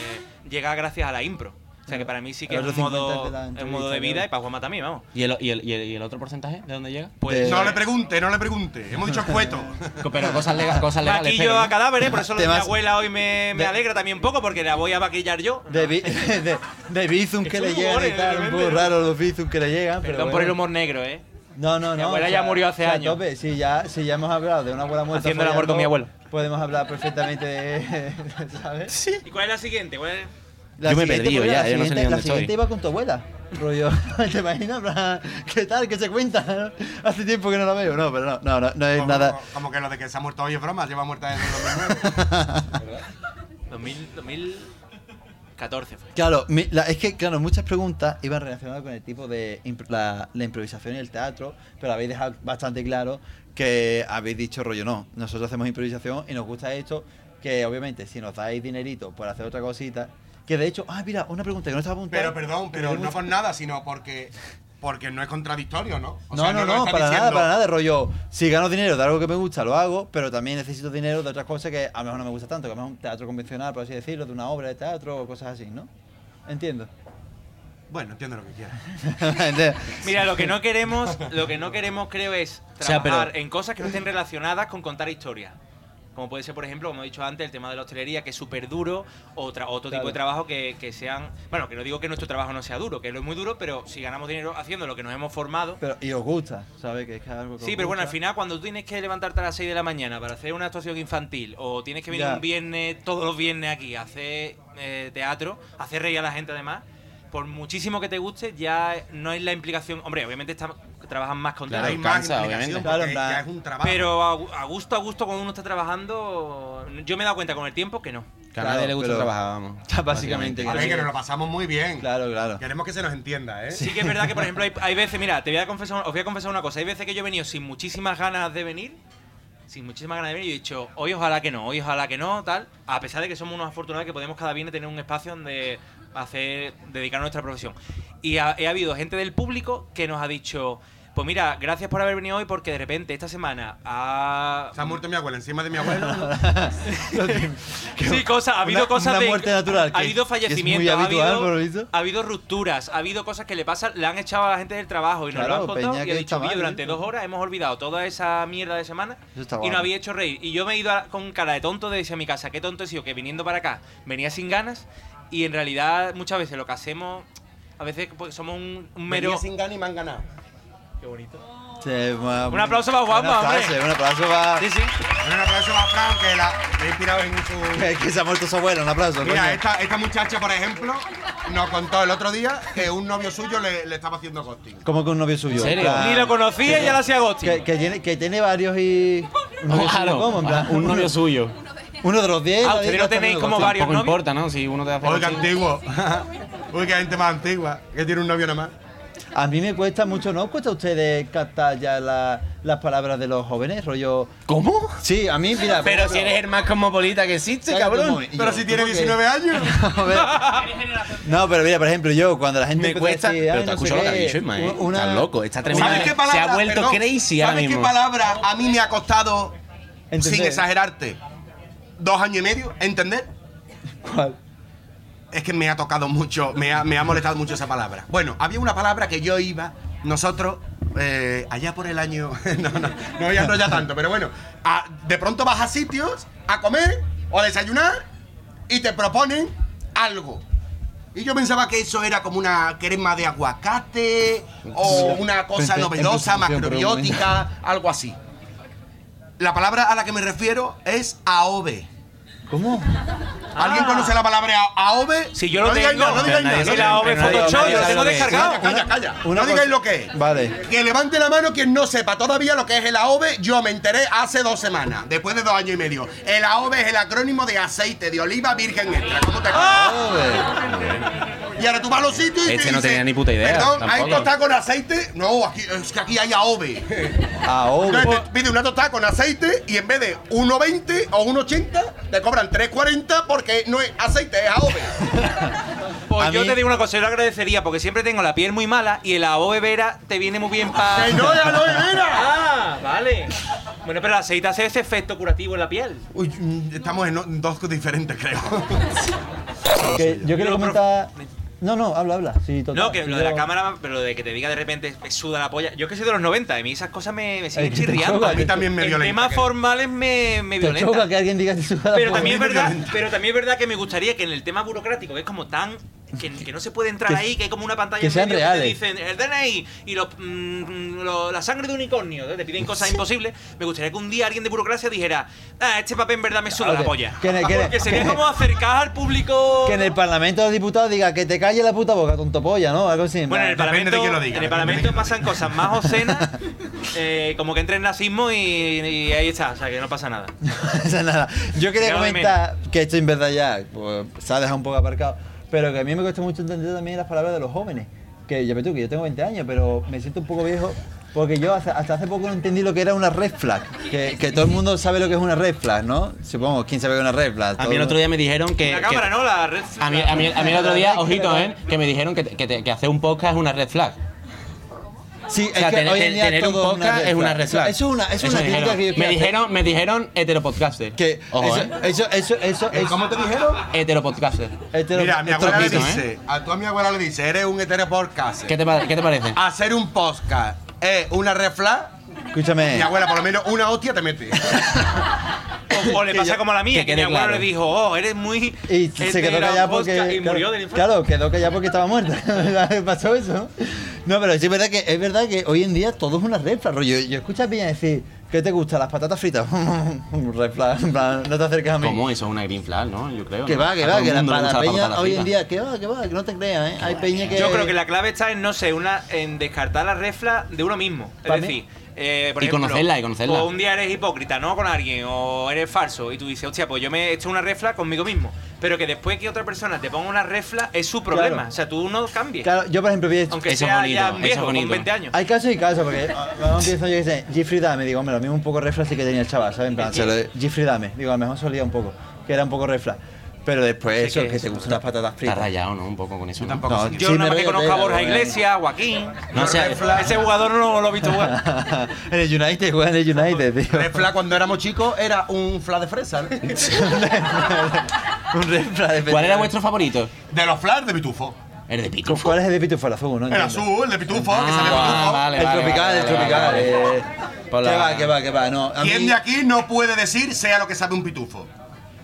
llega gracias a la impro. O sea que para mí sí que es
Otro
un modo,
50 de la
es un
entrevista,
modo de vida
claro.
y para Juanma también, vamos.
¿Y el, y, el, y, el, y el otro porcentaje? ¿De dónde llega?
Pues,
De-
No
eh,
le pregunte, no le pregunte. Hemos dicho cueto.
Co- Pero cosas, lega- cosas legales.
Vaquillo
pero,
a
¿no?
cadáveres, por eso lo de mi
Temas-
abuela hoy me, me
de-
alegra también un poco, porque la voy a vaquillar yo.
de, bi- de, de Bizum que
Son
le llegan y
humores, de
tal, un poco
repente, ¿no?
raro los Bizum que le llegan.
Perdón
pero
por el
bueno.
humor negro, ¿eh?
No, no, no.
Mi abuela ya murió hace
o sea, a
años.
tope. Si ya, si ya hemos hablado de una abuela muerta.
Haciendo el amor
follando,
con mi abuelo.
Podemos hablar perfectamente de. ¿Sabes?
¿Y cuál es la siguiente? ¿Cuál es?
La
Yo me he
siguiente,
perdido
bueno,
ya,
la
yo no sé ni
siguiente-
dónde
La siguiente
estoy.
iba con tu abuela. Rollo, ¿te imaginas? En plan, ¿Qué tal? ¿Qué se cuenta? Hace tiempo que no la veo. No, pero no, no, no, no es
Como-
nada.
Como que lo de que se ha muerto hoy es broma, lleva muerta desde el 2009.
2000, 2014 fue.
Claro, mi- la- es que, claro, muchas preguntas iban relacionadas con el tipo de imp- la, la improvisación y el teatro, pero habéis dejado bastante claro que habéis dicho rollo, no, nosotros hacemos improvisación y nos gusta esto, que obviamente si nos dais dinerito por hacer otra cosita, que de hecho, ah, mira, una pregunta que no estaba apuntada.
Pero perdón, pero no por
por
nada, sino porque, porque no es contradictorio, ¿no? O
no,
sea,
no,
lo
no,
está
para nada,
diciendo-
para nada, rollo. Si gano dinero de algo que me gusta, lo hago, pero también necesito dinero de otras cosas que a lo mejor no me gusta tanto, que a lo mejor es un teatro convencional, por así decirlo, de una obra de teatro o cosas así, ¿no? Entiendo.
Bueno, entiendo lo que quieras.
Entiendo.
Mira, lo que no queremos, lo que no queremos creo es
O sea,
trabajar
pero-
en cosas que no estén relacionadas con contar historias. Como puede ser, por ejemplo, como he dicho antes, el tema de la hostelería, que es súper duro, o tra- otro tipo
Claro.
de trabajo que, que sean... Bueno, que no digo que nuestro trabajo no sea duro, que lo es muy duro, pero si ganamos dinero haciendo lo que nos hemos formado,
Pero, y os gusta, ¿sabes? Que es que es algo que
Sí,
os
pero bueno, al
gusta.
final cuando tú tienes que levantarte a las 6 de la mañana para hacer una actuación infantil o tienes que venir
Ya.
un viernes, todos los viernes aquí a hacer eh, teatro, a hacer reír a la gente además, por muchísimo que te guste, ya no es la implicación... Hombre, obviamente está- trabajan más con
Claro,
Hay
dinero,
más
cansa,
implicación
obviamente.
porque
Claro, en plan-
ya es un trabajo.
pero a, gu- a gusto, a gusto cuando uno está trabajando, yo me he dado cuenta con el tiempo que no.
Que a nadie le gusta
pero-
trabajar, vamos.
Básicamente,
a ver, que nos lo pasamos muy bien.
Claro, claro.
Queremos que se nos entienda, ¿eh?
Sí que es verdad que, por ejemplo, hay, hay veces, mira, te voy a confesar, os voy a confesar una cosa. Hay veces que yo he venido sin muchísimas ganas de venir, sin muchísimas ganas de venir, y he dicho, hoy ojalá que no, hoy ojalá que no, tal. A pesar de que somos unos afortunados que podemos cada viernes tener un espacio donde hacer, dedicar nuestra profesión. Y ha, he habido gente del público que nos ha dicho, pues mira, gracias por haber venido hoy porque de repente esta semana ha...
Se ha muerto mi abuela encima de mi abuelo.
Sí, cosas, ha habido
Una-
cosas
una
de.
muerte natural,
Ha
que-
habido
que es muy
fallecimientos,
habitual,
ha, habido,
por lo visto.
ha habido rupturas, ha habido cosas que le pasan, le han echado a la gente del trabajo y
Claro,
nos lo han contado.
peña
Y
que
ha
está
dicho, "Pillo,
mal,
durante
¿eh?
dos horas hemos olvidado toda esa mierda de semana
Eso está
y
guapo.
nos había hecho reír. Y yo me he ido a- con cara de tonto de decir a mi casa, qué tonto he sido que viniendo para acá venía sin ganas y en realidad muchas veces lo que hacemos. A veces pues, somos un, un mero.
Venía sin ganas y me han ganado.
Qué bonito.
Sí, ma-
Un aplauso para Juanma,
Un aplauso,
hombre.
Un aplauso para.
Sí, sí.
Bueno, un aplauso a Fran, que la le he inspirado en su...
Que, que se ha muerto su abuela, un aplauso.
Mira,
coño.
esta, esta muchacha, por ejemplo, nos contó el otro día que un novio suyo le, le estaba haciendo ghosting.
Como que un novio suyo.
¿En
En
serio?
plan,
Ni lo conocía y ya la hacía Agostín.
Ah, Que, que tiene, que tiene varios y. un novio suyo,
Claro,
¿cómo? En plan,
un novio suyo.
Uno de los diez.
Ah,
la
ustedes
diez,
no
está
tenéis
viendo
como
cosas.
varios
Poco
novios.
importa, ¿no? Si uno te hace.
Uy, qué antiguo. Uy, qué gente más antigua. Que tiene un novio nada más.
A mí me cuesta mucho, ¿no os cuesta a ustedes captar ya la- las palabras de los jóvenes? Rollo.
¿Cómo?
Sí, a mí, mira.
Pero si eres el más cosmopolita que existe,
Cállate un
cabrón.
momento. Y
Pero
yo,
si tiene
¿cómo que?
19 años.
A ver. No, pero mira, por ejemplo, yo cuando la gente
Me
empieza a
cuesta.
decir, "Ay,
Pero te
no
has
sé
escuchado lo que
qué,
ha dicho Isma, ¿eh?
una-
Está loco, está tremendo.
¿Sabes qué palabra?
Se ha vuelto
Perdón,
crazy ahora
¿Sabes
mismo.
qué palabra a mí me ha costado,
¿Entender?
sin exagerarte, dos años y medio? ¿Entender?
¿Cuál?
Es que me ha tocado mucho, me ha, me ha molestado mucho esa palabra. Bueno, había una palabra que yo iba, nosotros, eh, allá por el año. no, no, no voy a enrollar tanto, pero bueno, a- de pronto vas a sitios a comer o a desayunar y te proponen algo. Y yo pensaba que eso era como una crema de aguacate o una cosa
Pensé-
novedosa,
empecé en función por un
macrobiótica, algo así. La palabra a la que me refiero es AOVE.
¿Cómo?
¿Alguien conoce la palabra a- AOVE?
Si Ah. yo lo
no digáis
tengo,
no, no digáis
pero nadie
nada, no
El
sabe.
digáis
AOV
Pero nadie-
Photoshop
nadie
lo
sabe
tengo
lo que es.
descargado.
Calla, calla, calla.
una
no digáis
cosa-
lo que es.
Vale.
Que levante la mano quien no sepa todavía lo que es el AOVE. Yo me enteré hace dos semanas, después de dos años y medio. El AOVE es el acrónimo de aceite de oliva virgen extra. ¿Cómo te
Joder.
Y ahora tú vas a los sitios y
Este
te
no
dicen,
tenía ni puta idea,
Perdón,
tampoco".
¿hay tostada con aceite? No, aquí, es que aquí hay AOVE.
Ahora.
Entonces te pide una tostada con aceite y en vez de 1,20 o 1,80 te cobran 3,40 porque no es aceite, es AOVE.
Pues
A
yo
mí-
te digo una cosa, yo lo agradecería porque siempre tengo la piel muy mala y el AOE vera te viene muy bien para.
¡Que no es aloe vera!
¡Ah! Vale. Bueno, pero el aceite hace ese efecto curativo en la piel.
Uy, mm, estamos en o- en dos cosas diferentes, creo.
Que yo quiero
Yo, profe-
comentar. No, no, habla, habla. Sí, total.
No, que
Sí,
lo de la
yo-
cámara, pero lo de que te diga de repente me suda la polla. Yo que soy de los 90, a mí esas cosas me, me siguen
que te
chirriando.
choca,
A mí también me
En
violenta.
temas
que-
formales me, me
Te choca
violentan.
que alguien diga que te suda la
Pero
polla.
también, es
Muy
verdad,
violenta.
pero también es verdad que me gustaría que en el tema burocrático, que es como tan que, que no se puede entrar
Que-
ahí, que hay como una pantalla
que
en
sean
medio te
reales.
dicen el DNI y los, mm, lo- la sangre de unicornio, ¿eh? te piden cosas imposibles. Me gustaría que un día alguien de burocracia dijera, ah, este papel en verdad me suda la
Ok.
polla.
Que en el- que en el-
Porque sería
que en el-
como acercar al público...
Que en el Parlamento de los Diputados diga que te calle la puta boca, tonto polla, ¿no? Algo así. en
Bueno, en
plan.
el
Depende
Parlamento,
de quién lo diga,
en el
depende de
parlamento
quién lo
pasan cosas más obscenas, eh, como que entra el nazismo y, y ahí está, o sea que no pasa nada.
O sea, nada. Yo quería
Dígame.
comentar que esto en verdad ya pues, se ha dejado un poco aparcado, pero que a mí me cuesta mucho entender también las palabras de los jóvenes. Que ya me tú, que yo tengo 20 años, pero me siento un poco viejo porque yo hasta, hasta hace poco no entendí lo que era una red flag. Que, que todo el mundo sabe lo que es una red flag, ¿no? Supongo, ¿quién sabe qué es una red flag?
A
Todo
mí el otro
mundo-
día me dijeron
Eh,
que.
la
que-
cámara, ¿no? La red.
a, mí, a, mí, a mí el otro día, ojito, ¿eh? Que me dijeron que, te- que, te- que hacer un podcast es una red flag.
Sí, es
O sea,
que
tener,
hoy en día
tener un
todo
podcast es una red flag.
Eso es una, eso es
Eso
una
me
crítica que yo
dijeron. Me
quiero hacer.
dijeron, me dijeron heteropodcaster.
Que
Ojo,
eso,
¿eh?
eso, eso, eso, eso-
Eh,
este
¿Cómo te dijeron?
Heteropodcaster.
hetero-
Mira, mi abuela le
heteropito, ¿eh?
dice, a tu mi abuela le dice, eres un hetero podcast.
¿Qué te, pa- ¿Qué te parece?
Hacer un podcast es una refla.
Escúchame.
Mi abuela, por lo menos una hostia te mete.
O, o le pasa como a la mía,
que
que, mi
quede
abuelo
claro.
le dijo, oh, eres muy.
Y
este
se quedó
era un
callado porque.
podcast", Y
claro,
murió del infarto.
Claro, quedó callado porque estaba muerta. Pasó eso. No, pero sí es verdad que es verdad que hoy en día todo es una red flag. Rollo, yo escucho a Peña decir, ¿qué te gusta? Las patatas fritas. Un red flag, en plan, no te acerques a mí.
¿Cómo? Eso es una green flag, ¿no? Yo creo.
Que
¿no?
va, que
A
va,
todo el
que la,
mundo le
la
gusta la
peña
patata
hoy en
frita.
día, que va, que va, que no te creas, ¿eh? Hay peña que.
Yo creo que la clave está en, no sé, una, en descartar la refla de uno mismo.
Pa'
Es
mí.
decir, eh, por
Y
ejemplo,
conocerla, y conocerla.
O un día eres hipócrita, ¿no? Con alguien, o eres falso, y tú dices, hostia, pues yo me he hecho una refla conmigo mismo. Pero que después que otra persona te ponga una refla es su problema.
Claro.
O sea, tú no cambies.
Claro, yo por ejemplo vi
Aunque
Eso es
sea
bonito,
ya
eso
un
es
viejo, con
bonito.
20 años.
Hay casos y casos, porque ah, vamos empiezo yo que sé, Jeffrey Dame, digo, hombre, lo mismo un poco refla sí que tenía el chaval, ¿sabes? En plan, se lo- Jeffrey Dame, digo, a lo mejor solía un poco, que era un poco refla. Pero después
Sí,
eso,
que
que,
es-
te gustan las patatas
Está
fritas.
rayado, ¿no? Un poco con eso. ¿no?
tampoco.
No,
sé
Yo
sí,
nada
me
más que
rollo
conozco a
tela,
Borja
bueno.
Iglesias, Joaquín.
No eh, sea-
Ese jugador no lo he visto jugar.
en el United, juega en el United, tío.
Refla cuando éramos chicos era un fla de fresa. ¿eh? ¿no?
un refla de
¿Cuál era vuestro favorito?
De los flas de pitufo.
El de Pico.
¿Cu- ¿Cuál es el de Pitufo? El azul, ¿no?
El
Entiendo.
azul, el de pitufo, que sale pitufo.
Ah, vale,
el
vale,
tropical,
vale,
el
vale,
tropical.
vale, vale.
eh.
Por
Que
la-
va, que va, que va? No, a
¿Quién
mí-
de aquí no puede decir sea lo que sabe un pitufo?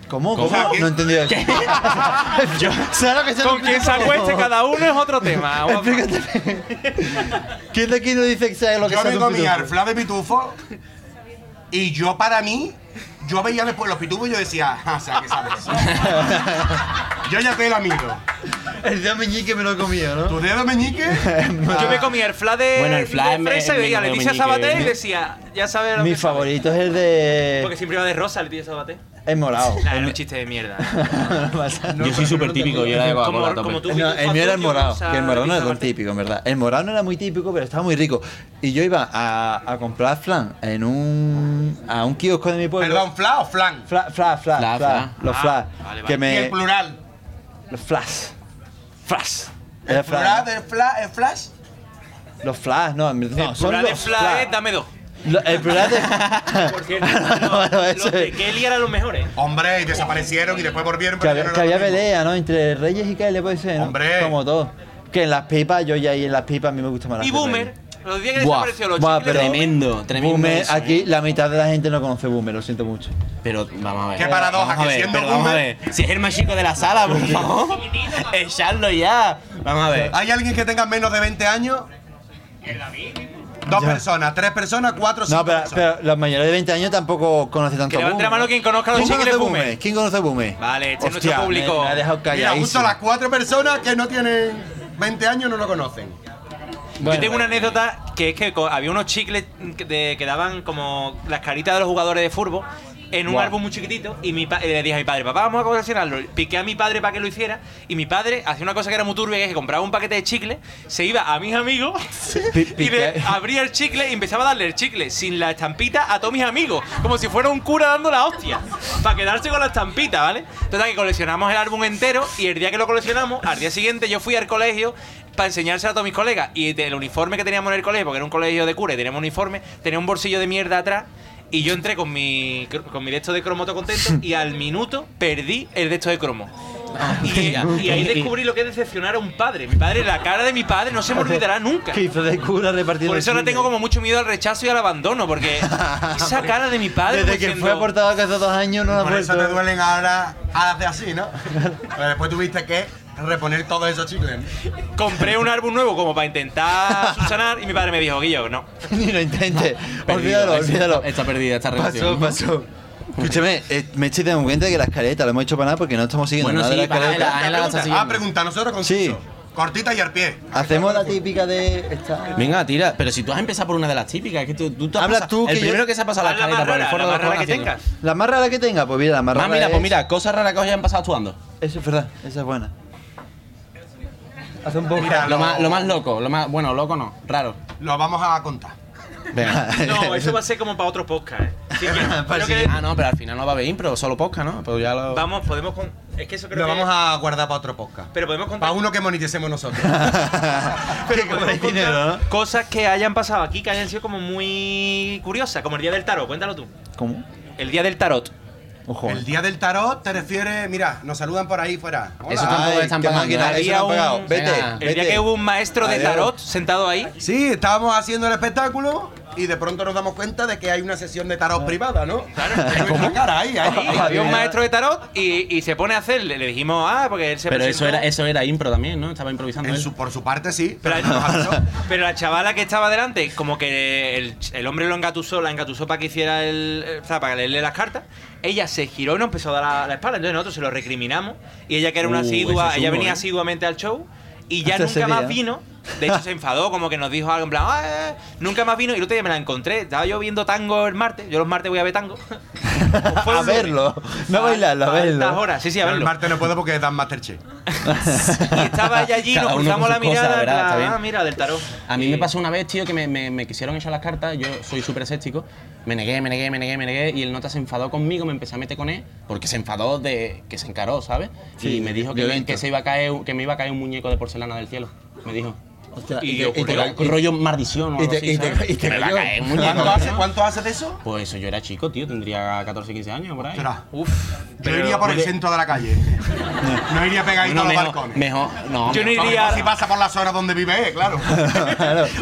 ¿Cómo? ¿Cómo?
¿Cómo?
No he entendido eso. Yo, ¿Sabes lo que sabe
Con
un
quien se
pitufo?
acueste cada uno es otro tema. guapa.
Explícate. ¿Quién de aquí no dice que sabe lo que
Yo
sabe
me
un
comía
pitufo?
el fla de pitufo y yo para mí, yo veía después los pitufos y yo decía, ah, sea que sabes. yo ya te la miro.
El de meñique me lo he comido,
Tu
¿no?
dedo meñique.
Yo me comía el fla de,
Bueno, el fla
de
es-
fresa y
es
veía a
menos de
Leticia
meñique,
Sabaté
¿no?
y decía, ya sabes lo
Mi
que sabe.
favorito es el
Porque
de.
siempre va de rosa Leticia Sabaté.
Es molado.
Nah, era un chiste de mierda.
No pasa nada.
Yo soy súper típico, yo era de Coca-Cola a
como,
tope.
como tú.
No,
Pitufo
el mío era el
azul, yo
morado,
rosa
que el morado no era tan
Leticia
típico, en verdad. El morado no era muy típico, pero estaba muy rico. Y yo iba a, a comprar flan en un, a un kiosco de mi pueblo.
Perdón, fla o flan.
Fla, fla, fla, fla,
Fla, fla.
los
Ah,
fla.
vale, vale.
Que
Y
me,
el plural.
los flash. Flash.
El
Era
plural
flash.
del fla, el flash.
Los flash, no, en verdad, no,
Sabaté.
son
Plural de
los
fla,
fla.
es dame dos.
Lo- el plural de...
Por cierto,
No, no,
los,
eso
los de
es.
Kelly eran los mejores.
Hombre, y desaparecieron y después volvieron.
Que
pero
había,
no
que
era
había
lo mismo.
pelea, ¿no? Entre Reyes y Kyle, puede ser, ¿no?
Hombre.
Como todo. Que en las pipas, yo ya ahí en las pipas, a mí me gusta más las
Y
pipas.
Boomer, los días que
Buah,
desapareció los
buah,
chicles de
pero-
Boomer.
Tremendo, tremendo.
Boomer,
eso, ¿eh?
aquí la mitad de la gente no conoce Boomer, lo siento mucho.
Pero vamos a ver.
Qué paradoja,
Vamos a
que
ver,
siendo
pero vamos a
boomer-
ver. Si es el más chico de la sala, por favor. Echadlo ya. Vamos a ver.
¿Hay alguien que tenga menos de 20 años? Dos
Ya.
personas, tres personas, cuatro, cinco
No, pero,
personas.
pero los mayores de 20 años tampoco conocen tanto
Que levante la
Boomer.
mano quien conozca los
¿Quién
chicles
conoce
Boomer.
Boomer? ¿Quién conoce Boomer?
Vale, este es nuestro
Hostia,
público.
Me, me ha dejado
Mira, justo
calladísimo.
las cuatro personas que no tienen 20 años no lo conocen.
Ah, Bueno.
Yo tengo una anécdota que es que co- había unos chicles que, de- que daban como las caritas de los jugadores de fútbol en un
Buah.
árbol muy chiquitito y mi pa- y le dije a mi padre, papá, vamos a coleccionarlo. Piqué a mi padre para que lo hiciera y mi padre hacía una cosa que era muy turbia, que es que compraba un paquete de chicle, se iba a mis amigos
Pi-
y le
piqué.
abría el chicle y empezaba a darle el chicle sin la estampita a todos mis amigos, como si fuera un cura dando la hostia, para quedarse con la estampita, ¿vale? Total, que coleccionamos el álbum entero y el día que lo coleccionamos, al día siguiente yo fui al colegio para enseñárselo a todos mis colegas y del uniforme que teníamos en el colegio, porque era un colegio de cura y teníamos uniforme, tenía un bolsillo de mierda atrás. Y yo entré con mi, con mi de esto de cromoto contento y al minuto perdí el de esto de cromo. Y, y ahí descubrí lo que es decepcionar a un padre. Mi padre, la cara de mi padre no se me olvidará nunca.
Que hizo de cura repartiendo
Por eso ahora
chicles.
tengo como mucho miedo al rechazo y al abandono, porque esa cara de mi padre.
Desde
como
que
diciendo,
fue aportado hace dos años no la ha
Por eso te
vuelto.
duelen ahora hace así, ¿no? Pero después tuviste que reponer todos esos chicles.
Compré un álbum nuevo como para intentar subsanar y mi padre me dijo, Guillo, no.
Ni lo intente.
Perdido,
olvídalo,
está-
olvídalo.
Está perdida esta
Pasó,
relación.
pasó. Escúchame, eh, me estoy dando cuenta de que las caretas lo hemos hecho para nada porque no estamos siguiendo
Bueno,
nada
sí,
de las
para
caretas.
Ángela, Ángela la está
Ah,
siguiendo.
pregunta, nosotros con
Sí.
Cortita y al pie.
Hacemos la típica de. Esta...
Venga, tira. Pero si tú has empezado por una de las típicas, es que tú, tú te has
Habla
pasado-
tú,
El
que
primero
yo-
que se ha pasado la
Haz la
careta
más
por el
rara,
foro
la
de
más
los
rara
cojones
que
haciendo.
tengas.
La más rara que tenga, pues mira, la más
Más
rara.
mira, pues
es-
mira, cosas raras que os hayan pasado actuando.
Eso es verdad, esa es buena. Hace un poco.
Lo más, lo más loco, lo más. Bueno, loco no, raro.
Lo vamos a contar.
Venga.
No, eso va a ser como para otros podcasts. Sí, que-
Para
creo
el
que-
ah, no, pero al final no va a haber impro, solo posca, ¿no? Pues
Pues
Pero ya lo.
vamos, podemos con- Es que eso creo
Lo
que...
vamos a guardar para otro podcast.
Pero podemos
Para
contar,
uno que moneticemos nosotros.
pero
Que
podemos
compréis
contar
dinero, ¿no?
cosas que hayan pasado aquí que hayan sido como muy curiosas, como el día del tarot. Cuéntalo tú.
¿Cómo?
El día del tarot.
Ojo. eh.
El día del tarot te refieres, mira, nos saludan por ahí fuera. Hola.
Eso tampoco
Ay,
están
qué
pagando,
máquina,
¿eh?
eso no han
Había
pagado.
un-
Vete,
Venga, el
El día
vete.
que hubo un maestro de
Adiós.
tarot sentado ahí.
Sí, estábamos haciendo el espectáculo y de pronto nos damos cuenta de que hay una sesión de tarot privada, ¿no? Claro. Con cara ahí,
ahí,
ahí.
había un maestro de tarot y, y se pone a hacer. Le le dijimos, ah, porque él se
Pero
presentó.
eso era, eso era impro también, ¿no? Estaba improvisando.
En
él.
su- por su parte sí,
Pero,
pero no nos avisó.
pero la chavala que estaba delante, como que el, el hombre lo engatusó, la engatusó para que hiciera el. eh, O sea, para leerle las cartas. Ella se giró y nos empezó a dar la, la espalda. Entonces nosotros se lo recriminamos. Y ella, que era una
Uh,
asidua,
ese
ella
chungo,
venía
¿eh?
asiduamente al show. Y ya
Hasta ese
nunca más
día.
vino. De hecho, se enfadó, como que nos dijo algo en plan, "Ah, eh, eh". nunca más vino. Y el otro día me la encontré. Estaba yo viendo tango el martes. Yo los martes voy a ver tango. Fue
A
el lunes.
verlo, no
Fal-
bailarlo, a
faltas
verlo.
horas, sí, sí, a
Pero el
verlo.
martes no puedo porque dan Masterchef.
Y estaba ella allí, nos
Cada uno con
cruzamos la
sus cosas,
mirada. en
¿verdad?
plan,
Está bien.
"Ah, mira, del tarot.
A mí
Y-
me pasó una vez, tío, que me, me- me quisieron echar las cartas. Yo soy súper escéptico. Me negué, me negué, me negué, me negué. Y el nota se enfadó conmigo, me empecé a meter con él, porque se enfadó de que se encaró, ¿sabes?
Sí,
y me dijo que, me,
violento.
que se iba a caer, un- que me iba a caer un muñeco de porcelana del cielo. Me dijo.
Hostia,
y
y
yo,
te- y te-
Rollo, rollo maldición
y
o algo
te-
así,
y te-
¿sabes?
y te
Me va a
cayó.
caer un muñeco,
¿Cuánto hace,
¿no?
cuánto hace de eso?
Pues eso, yo era chico, tío, tendría 14, 15 años, por ahí.
Será.
Uf,
Yo iría por el centro de la calle. No iría pegadito
Bueno,
a los
mejor,
balcones.
mejor, no.
Yo no
mejor.
iría-
Si pasa por la zona donde vive, eh, claro.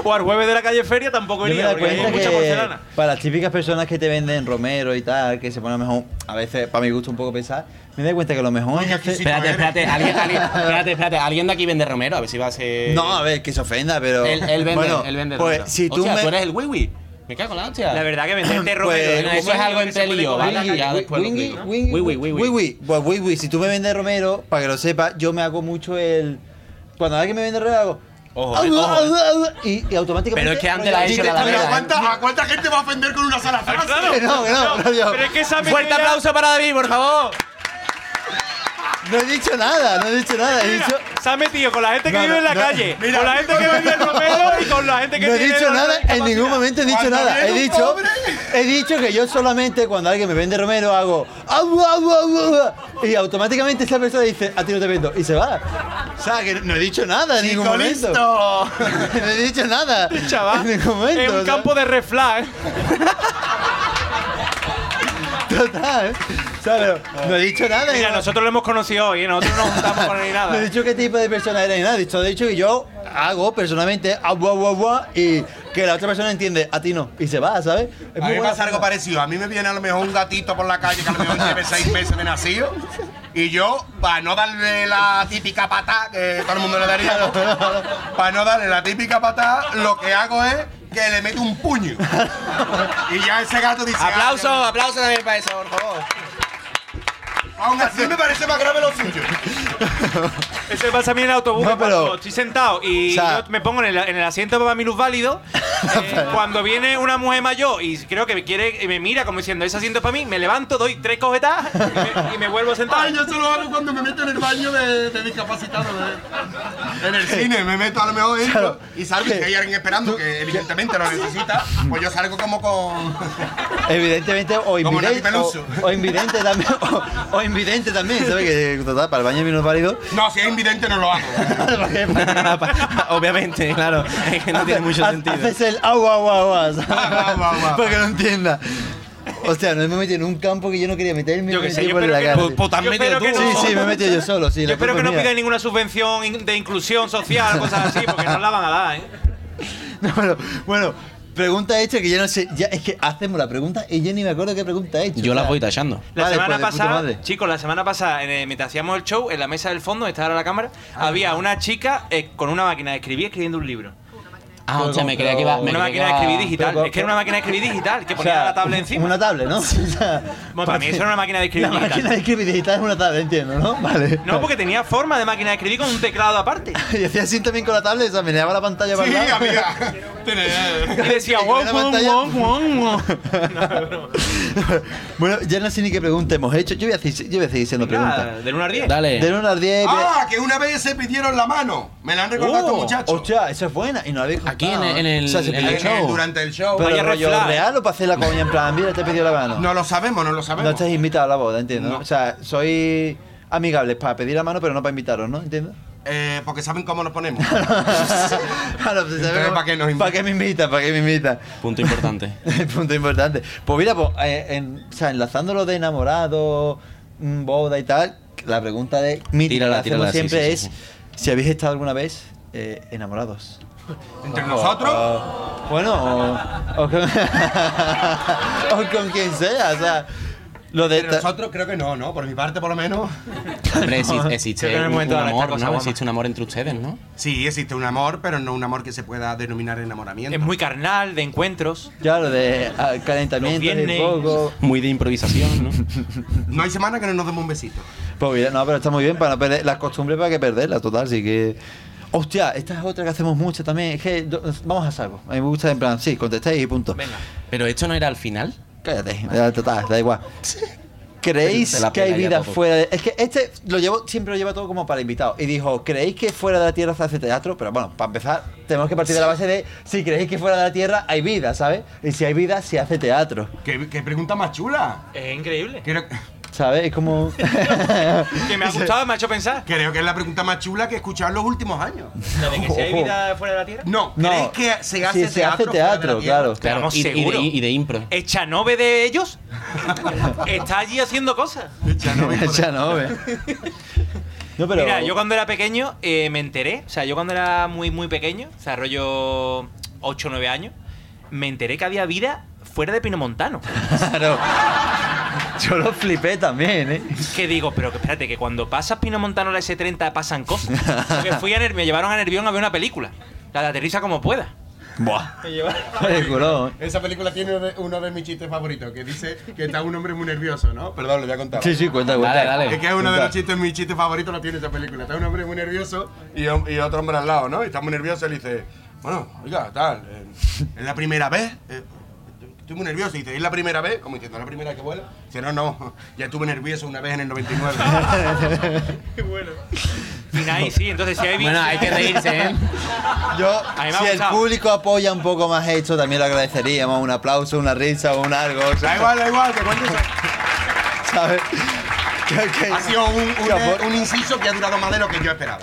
O al jueves de la calle Feria tampoco
Yo me
iría,
da
porque hay
cuenta
mucha
que
porcelana.
para las típicas personas que te venden romero y tal, que se ponen a lo mejor, a veces, para mi gusto, un poco pesar, me doy cuenta que lo mejor este- es
Coño, que
hacer-
sí.
Espérate, espérate, alguien, alguien- espérate, espérate, alguien de aquí vende Romero, a ver si va a ser.
No, a ver, que se ofenda, pero...
Eh, Él, él vende,
Bueno,
él vende
Pues
Romero.
si tú
Hostia,
me...
tú eres el wiwi. Me cago en la hostia.
La verdad que venderte
Pues,
Romero.
Bueno, eso es algo entre él y
Ah,
yo, ¿vale?
Wingy,
Ya después lo
Wingy,
explico.
Wingy,
Wiwi,
Wiwi.
wiwi.
Wiwi. Pues Wiwi, si tú me vendes Romero, para que lo sepas, yo me hago mucho el. Cuando alguien me vende Romero, hago.
Ojo,
"Au,
eh, ojo,
au, au", y, y automáticamente.
Pero es que antes la he hecho
Dice,
la
Pero
vera,
¿a
¿eh?
cuánta, a cuánta gente va a ofender con una sola
Ah,
frase?
Que no, que no, no, yo-
Pero es que esa
Fuerte
mentira-
aplauso para David, por favor. ¿eh?
No he dicho nada, no he dicho nada. He dicho,
Se ha metido con la gente que
No,
vive en la
no,
calle,
mira.
con la gente que vendía el Romero y con la gente que
no he
tiene
dicho
la
nada, en
discapacidad.
ningún momento he dicho
Cuando
nada.
viene
He
un
dicho,
pobre.
he dicho que yo solamente cuando alguien me vende Romero hago. "Au, au, au, au", y automáticamente esa persona dice, a ti no te vendo. Y se va. O sea, que no he dicho nada en ningún
Chico
momento.
listo.
no he dicho nada.
Este Chaval,
En ningún momento.
es un
¿sabes?
campo de reflag.
Total. O sea, pero no he dicho nada.
Mira,
no,
nosotros lo hemos conocido hoy, ¿eh? nosotros no nos juntamos con él ni
no he
nada.
dicho qué tipo de persona eres ni nada. He dicho, he dicho que yo hago personalmente agua, agua, agua y que la otra persona entiende, a ti no. Y se va, ¿sabes? Es
A mí me
buena
pasa algo
forma.
parecido. A mí me viene a lo mejor un gatito por la calle que a lo mejor lleve seis meses de nacido. Y yo, para no darle la típica patada, que todo el mundo le daría, para no darle la típica patada, lo que hago es que le meto un puño. Y ya ese gato dice.
Aplauso,
"Ah,
aplauso también para eso, por favor.
yo- Aún así me parece más grave lo suyo.
Eso pasa a mí en el autobús.
No,
que cuando
pero-
estoy sentado y
O sea-
yo me pongo en el, en el asiento para minusválido. válido eh, cuando viene una mujer mayor y creo que me quiere y me mira como diciendo ese asiento es para mí, me levanto, doy tres cojetas y me, y me vuelvo a sentar.
Ay, yo solo hago cuando me meto en el baño de, de discapacitado. ¿eh? En el cine me meto a lo mejor entro
Claro.
y salgo y si hay alguien esperando que evidentemente lo necesita, pues yo salgo como con...
Evidentemente, o
Como Nati
invidente, o,
Peluso.
o invidente también, o, o invidente también, ¿sabes? Que total, para el baño vino válido.
No, si es invidente no lo hago.
Obviamente, claro. Es que no tiene mucho
Ha-
sentido.
Haces el agua, agua, agua, ¿sabes?
Agua, agua, agua.
Para que lo entienda. Hostia, no me he metido en un campo que yo no quería meterme.
Yo
me
que sé,
metí
yo
por
espero
la
que
calle.
no- Pues te has
Yo
metido
espero que
tú.
no. Sí, sí, me he metido yo solo. Sí,
Yo
la
espero
culpa
que no
es mía.
pidan ninguna subvención in- de inclusión social o cosas así, porque no la van a dar, ¿eh?
No, bueno, bueno, Pregunta hecha que ya no sé. Ya, es que hacemos la pregunta y yo ni me acuerdo qué pregunta he hecho.
Yo
o
las
sea,
voy tachando.
La
Vale, pues,
semana
de puta
pasada,
madre.
chicos, la semana pasada, en el- mientras hacíamos el show, en la mesa del fondo, está ahora la cámara,
Ah,
había una chica eh, con una máquina de escribir escribiendo un libro.
Ah, hostia, me creía que iba. Me
una
creía
máquina de
que iba-
escribir digital.
pero-
Es que era una máquina de escribir digital, que
o
ponía
sea,
la tablet encima.
Una tablet, ¿no? O sea,
Bueno, para mí eso era una máquina de escribir
La
digital.
máquina de escribir digital es una tablet, entiendo, ¿no? Vale.
No, porque tenía forma de máquina de escribir con un teclado aparte.
Y hacía así también con la tablet, o sea, me le daba la pantalla para el lado.
Y
Eh,
decía,
Sí,
wow,
la
wow,
pantalla.
wow, wow, wow.
Bueno, ya no sé ni qué pregunta hemos hecho. Yo voy a seguir, yo voy a seguir siendo
Nada,
preguntas.
Del 1 al 10.
Dale.
De 1 al 10.
¡Ah! Que una vez se pidieron la mano. Me la han recordado estos
Oh,
muchachos.
Uh, Hostia, esa es buena. Y no la habéis
Aquí
contado,
en el-
¿eh?
en el-
O sea, se
en
pidió-
el
En el-
show.
durante el show.
¿Pero
Vaya
rollo
refla-
real o para hacer la coña en plan, mira, te he pedido la mano?
No lo sabemos, no lo
No
sabemos.
estás invitado a la boda, entiendo. ¿no?
No.
O sea, soy amigable para pedir la mano, pero no para invitaros, ¿no? ¿Entiendo?
Eh, porque saben cómo nos ponemos.
claro, pues,
Entonces, ¿para qué nos invitan?
¿Para qué me invitan? ¿Para qué me invitan?
Punto importante.
Punto importante. Pues mira, pues, eh, en- o sea, enlazando lo de enamorado, mm, boda y tal, la pregunta de mi
Tírala,
la hacemos
tírala, sí,
siempre
sí,
es
sí,
si habéis estado alguna vez eh, enamorados.
Entre
O-
nosotros.
o- bueno, o, o con, o con quien sea, o sea, lo de
Entre
ta-
nosotros creo que no, ¿no? Por mi parte, por lo menos.
Hombre, exi- existe,
Creo que en el
un,
momento
un
ahora está
amor,
cosa
¿no?
guapa.
Existe un amor entre ustedes, ¿no?
Sí, existe un amor, pero no un amor que se pueda denominar enamoramiento.
Es muy carnal, de encuentros.
ya lo de ah, calentamiento
Los
y
viernes.
poco.
Muy de improvisación, ¿no?
No hay semana que no nos demos un besito.
Pues mira, no, pero está muy bien para no perder las costumbres para que perderlas, total, así que. Hostia, esta es otra que hacemos mucho también. Es que do- vamos a salvo. A mí me gusta en plan, sí, contestáis y punto.
Venga.
Pero esto no era al final.
Cállate, da- total, da igual. ¿Creéis
Te la
que hay
pela ya
vida
poco.
fuera de.? Es que este lo llevo, siempre lo lleva todo como para invitado. Y dijo, ¿creéis que fuera de la Tierra se hace teatro? Pero bueno, para empezar, tenemos que partir de la base de si creéis que fuera de la Tierra hay vida, ¿sabes? Y si hay vida, se hace teatro.
¿Qué, qué pregunta más chula?
Es increíble.
Creo,
¿Sabes? Es como.
Que me ha gustado, me ha hecho pensar.
creo que es la pregunta más chula que he escuchado en los últimos años.
Lo de que si hay
Ojo.
vida fuera de la Tierra.
No,
No,
¿crees que se hace
sí,
teatro?
se hace
fuera de la
teatro,
Tierra?
claro.
Claro.
Estamos Eh,
Y, y de-
seguros.
y de, impro.
Echanove de ellos está allí haciendo cosas.
Ya no me jodas.
Ya no, ¿eh? No, pero.
Mira, yo cuando era pequeño eh, me enteré, o sea, yo cuando era muy, muy pequeño, o sea, rollo 8 o 9 años, me enteré que había vida fuera de Pinomontano.
Claro. Yo lo flipé también, ¿eh?
Que digo, pero que espérate, que cuando pasas Pinomontano a la S30 pasan cosas. Porque fui a Ner- me llevaron a Nervión a ver una película, la de Aterriza como pueda.
Buah. El culón.
Esa película tiene uno de, uno de mis chistes favoritos, que dice que está un hombre muy nervioso, ¿no? Perdón, lo voy a contar.
Sí, sí, cuenta, cuenta.
Dale, dale.
Es que es uno de
Cuenta.
los chistes, mis chistes favoritos lo tiene esa película. Está un hombre muy nervioso y, hom- y otro hombre al lado, ¿no? Y está muy nervioso y le dice, bueno, oiga, tal, eh, es la primera vez. eh, estoy muy nervioso. Y dice, ¿es la primera vez? Como diciendo, ¿la primera que vuela? Dice, no, no, ya estuve nervioso una vez en el 99.
Y nada, y sí, entonces si hay vida.
Bueno, hay que reírse, ¿eh?
Yo,
mí me ha
si el
gustado.
público apoya un poco más esto, también lo agradeceríamos. Un aplauso, una risa, un algo.
da igual, da igual, que cuentes.
¿Sabes? Que- que-
Ha sido un, un-
que apo-
un inciso que ha durado más de lo que yo esperaba.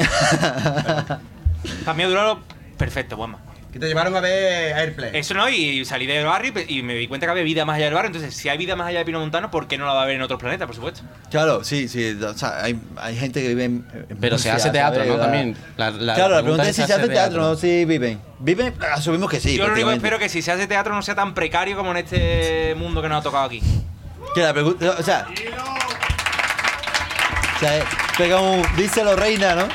Para mí ha durado perfecto, guama.
Que te llevaron a ver Airplay.
Eso no, y salí del barrio y pe- y me di cuenta que había vida más allá del barrio. Entonces, si hay vida más allá de Pinomontano, ¿por qué no la va a haber en otros planetas, por supuesto?
Claro, sí, sí. O sea, hay, hay gente que vive en. en
Pero se
Murcia,
hace teatro,
¿sabes?
¿no? También. La- la
claro, la pregunta es si se hace teatro, no
teatro.
si viven. Viven, asumimos que sí.
Yo lo único que
prácticamente.
espero es que si se hace teatro no sea tan precario como en este mundo que nos ha tocado aquí.
Que la pregunta. O sea. O sea, eh, pega un. Díselo, reina, ¿no?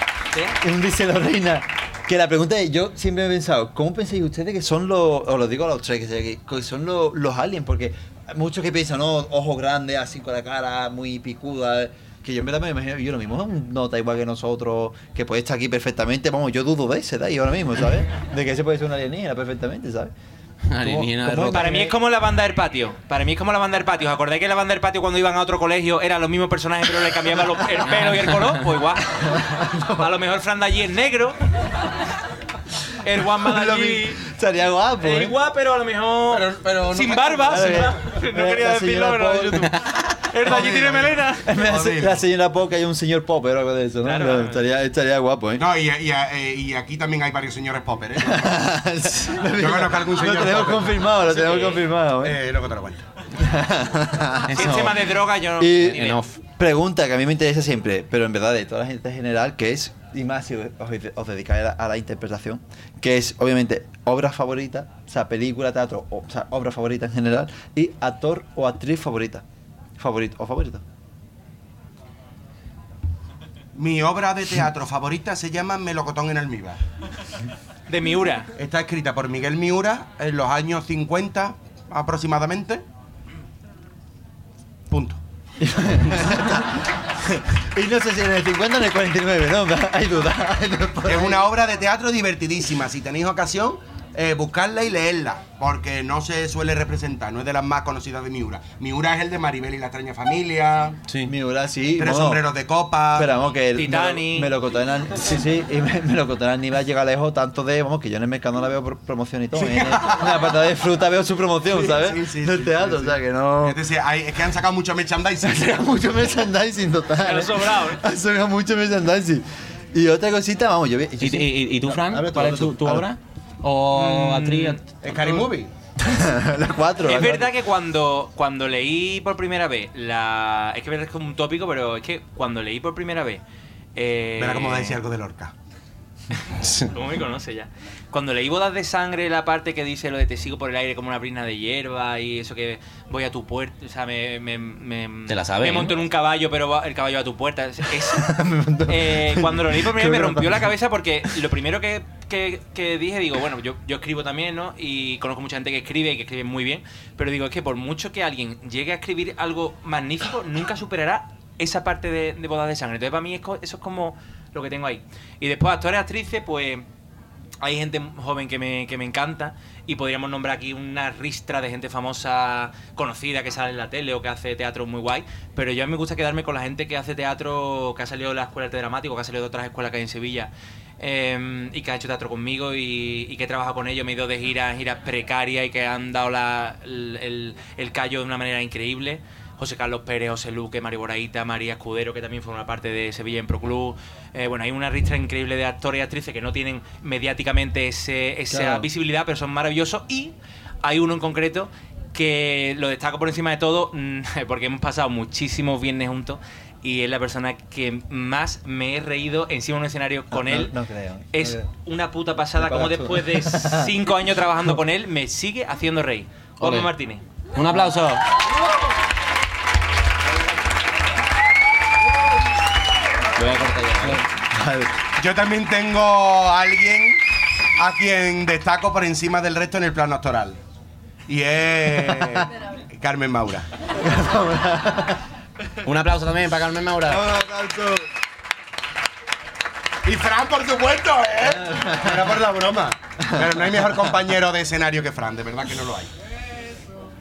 Un díselo, reina. Que la pregunta es: yo siempre he pensado, ¿cómo pensáis ustedes que son los. Os lo digo a los tres que estáis aquí, que son los, los aliens? Porque hay muchos que piensan, ¿no? Ojos grandes, así con la cara muy picuda. Que yo en verdad me imagino, yo lo mismo, un nota igual que nosotros, que puede estar aquí perfectamente. Vamos, yo dudo de ese, ¿da? Y ahora mismo, ¿sabes? De que ese puede ser un alienígena perfectamente, ¿sabes?
Alienígena de
¿Cómo- cómo-
Para mí es como la banda del patio. Para mí es como la banda del patio. ¿Os acordáis que la banda del patio cuando iban a otro colegio eran los mismos personajes pero le cambiaban los- el pelo y el color? Pues igual. A lo mejor Fran de allí es negro. El Juanma de
Lo
allí
mismo. Estaría guapo.
es
¿eh?
igual, pero a lo mejor
Pero- pero no-
sin barba. sin
Vale.
barba. No
Eh,
quería
la
decirlo,
señora
pero de
Paul.
YouTube. El de allí tiene melena.
La se- la señora Pop, que hay un señor Pop o algo de eso, ¿no?
Claro.
Claro, estaría, estaría guapo, ¿eh?
No, y, y- eh, y aquí también hay varios señores popper, ¿eh? Yo conozco algún señor
Lo tenemos
Popper.
¿eh?
confirmado, lo tenemos confirmado, ¿eh?
Eh, luego te lo cuento.
Si es tema Eh, de droga, yo no.
Y-
ni idea.
En off.
Pregunta que a mí me interesa siempre, pero en verdad de toda la gente en general, que es y más si os, os dedicáis a la, a la interpretación, que es obviamente obra favorita, o sea, película, teatro, o, o sea, obra favorita en general, y actor o actriz favorita. Favorito o favorito.
Mi obra de teatro favorita se llama Melocotón en almíbar.
De Miura.
Está escrita por Miguel Miura en los años 50 aproximadamente. Punto.
Y no sé si en el 50 o en el 49, ¿no? Hay duda.
Es una obra de teatro divertidísima. Si tenéis ocasión, eh, buscarla y leerla, porque no se suele representar, no es de las más conocidas de Miura. Miura es el de Maribel y la extraña familia,
Sí. Miura, sí.
Tres
mono.
sombreros de copa.
Pero vamos, que el
Titanic.
melo- melocotón al- sí, sí, y me- melocotón al nivel llega lejos tanto de, vamos, que yo en el mercado no la veo por promoción y todo. ¿eh? En, el- en la pata de fruta veo su promoción,
Sí,
¿sabes?
sí, sí,
Del
sí,
teatro,
sí, sí. Este
o sea que no.
Es decir, hay- es que han sacado mucho merchandising.
Será mucho merchandising total.
Ha
¿eh?
sobrado, ¿eh?
Ha sobrado mucho merchandising. Y otra cosita, vamos, yo vi. yo
¿Y,
sí-
y- y- y tú, Fran?
Habla tú,
¿Cuál
habla
es tu,
tú, Mm.
tu
habla.
obra? ¿O actriz? act-
Scary Movie.
las cuatro.
Es
las
verdad que cuando, cuando leí por primera vez la. Es que es como un tópico, pero es que cuando leí por primera vez. Eh,
Verá cómo decía algo de Lorca.
¿Cómo me conoce ya? Cuando leí Bodas de Sangre, la parte que dice lo de te sigo por el aire como una brina de hierba y eso que voy a tu puerta, o sea, me. me, me-
Te la sabes,
Me monto
¿eh?
en un caballo, pero va- el caballo va a tu puerta. Es- es- eh, cuando lo leí por primera vez me rompió la cabeza porque lo primero que, que- que dije, digo, bueno, yo, yo escribo también, ¿no? Y conozco mucha gente que escribe y que escribe muy bien, pero digo, es que por mucho que alguien llegue a escribir algo magnífico, nunca superará esa parte de, de Bodas de Sangre. Entonces, para mí, es co- eso es como lo que tengo ahí. Y después, actores, actrices, pues hay gente joven que me, que me encanta y podríamos nombrar aquí una ristra de gente famosa conocida que sale en la tele o que hace teatro muy guay, pero yo a mí me gusta quedarme con la gente que hace teatro, que ha salido de la Escuela de Arte Dramático, que ha salido de otras escuelas que hay en Sevilla eh, y que ha hecho teatro conmigo y, y que he trabajado con ellos, me he ido de giras, giras precarias y que han dado la- el, el- el callo de una manera increíble. José Carlos Pérez, José Luque, Mari Boraita, María Escudero, que también forma parte de Sevilla en Pro Club. Eh, bueno, hay una ristra increíble de actores y actrices que no tienen mediáticamente ese, esa
Claro.
visibilidad, pero son maravillosos. Y hay uno en concreto que lo destaco por encima de todo, mm, porque hemos pasado muchísimos viernes juntos. Y es la persona que más me he reído encima de un escenario con
No,
él.
no creo, no
Es
creo.
una puta pasada,
Me
como
pagas tú.
después de cinco años trabajando con él, me sigue haciendo reír. Osma
Ole.
Martínez.
Un aplauso. Lo voy a cortar ya, ¿vale?
Yo también tengo a alguien a quien destaco por encima del resto en el plano actoral. Y es Carmen Maura.
Un aplauso también para Carmen Maura.
Y Fran, por supuesto, ¿eh? Era por la broma. Pero no hay mejor compañero de escenario que Fran, de verdad que no lo hay.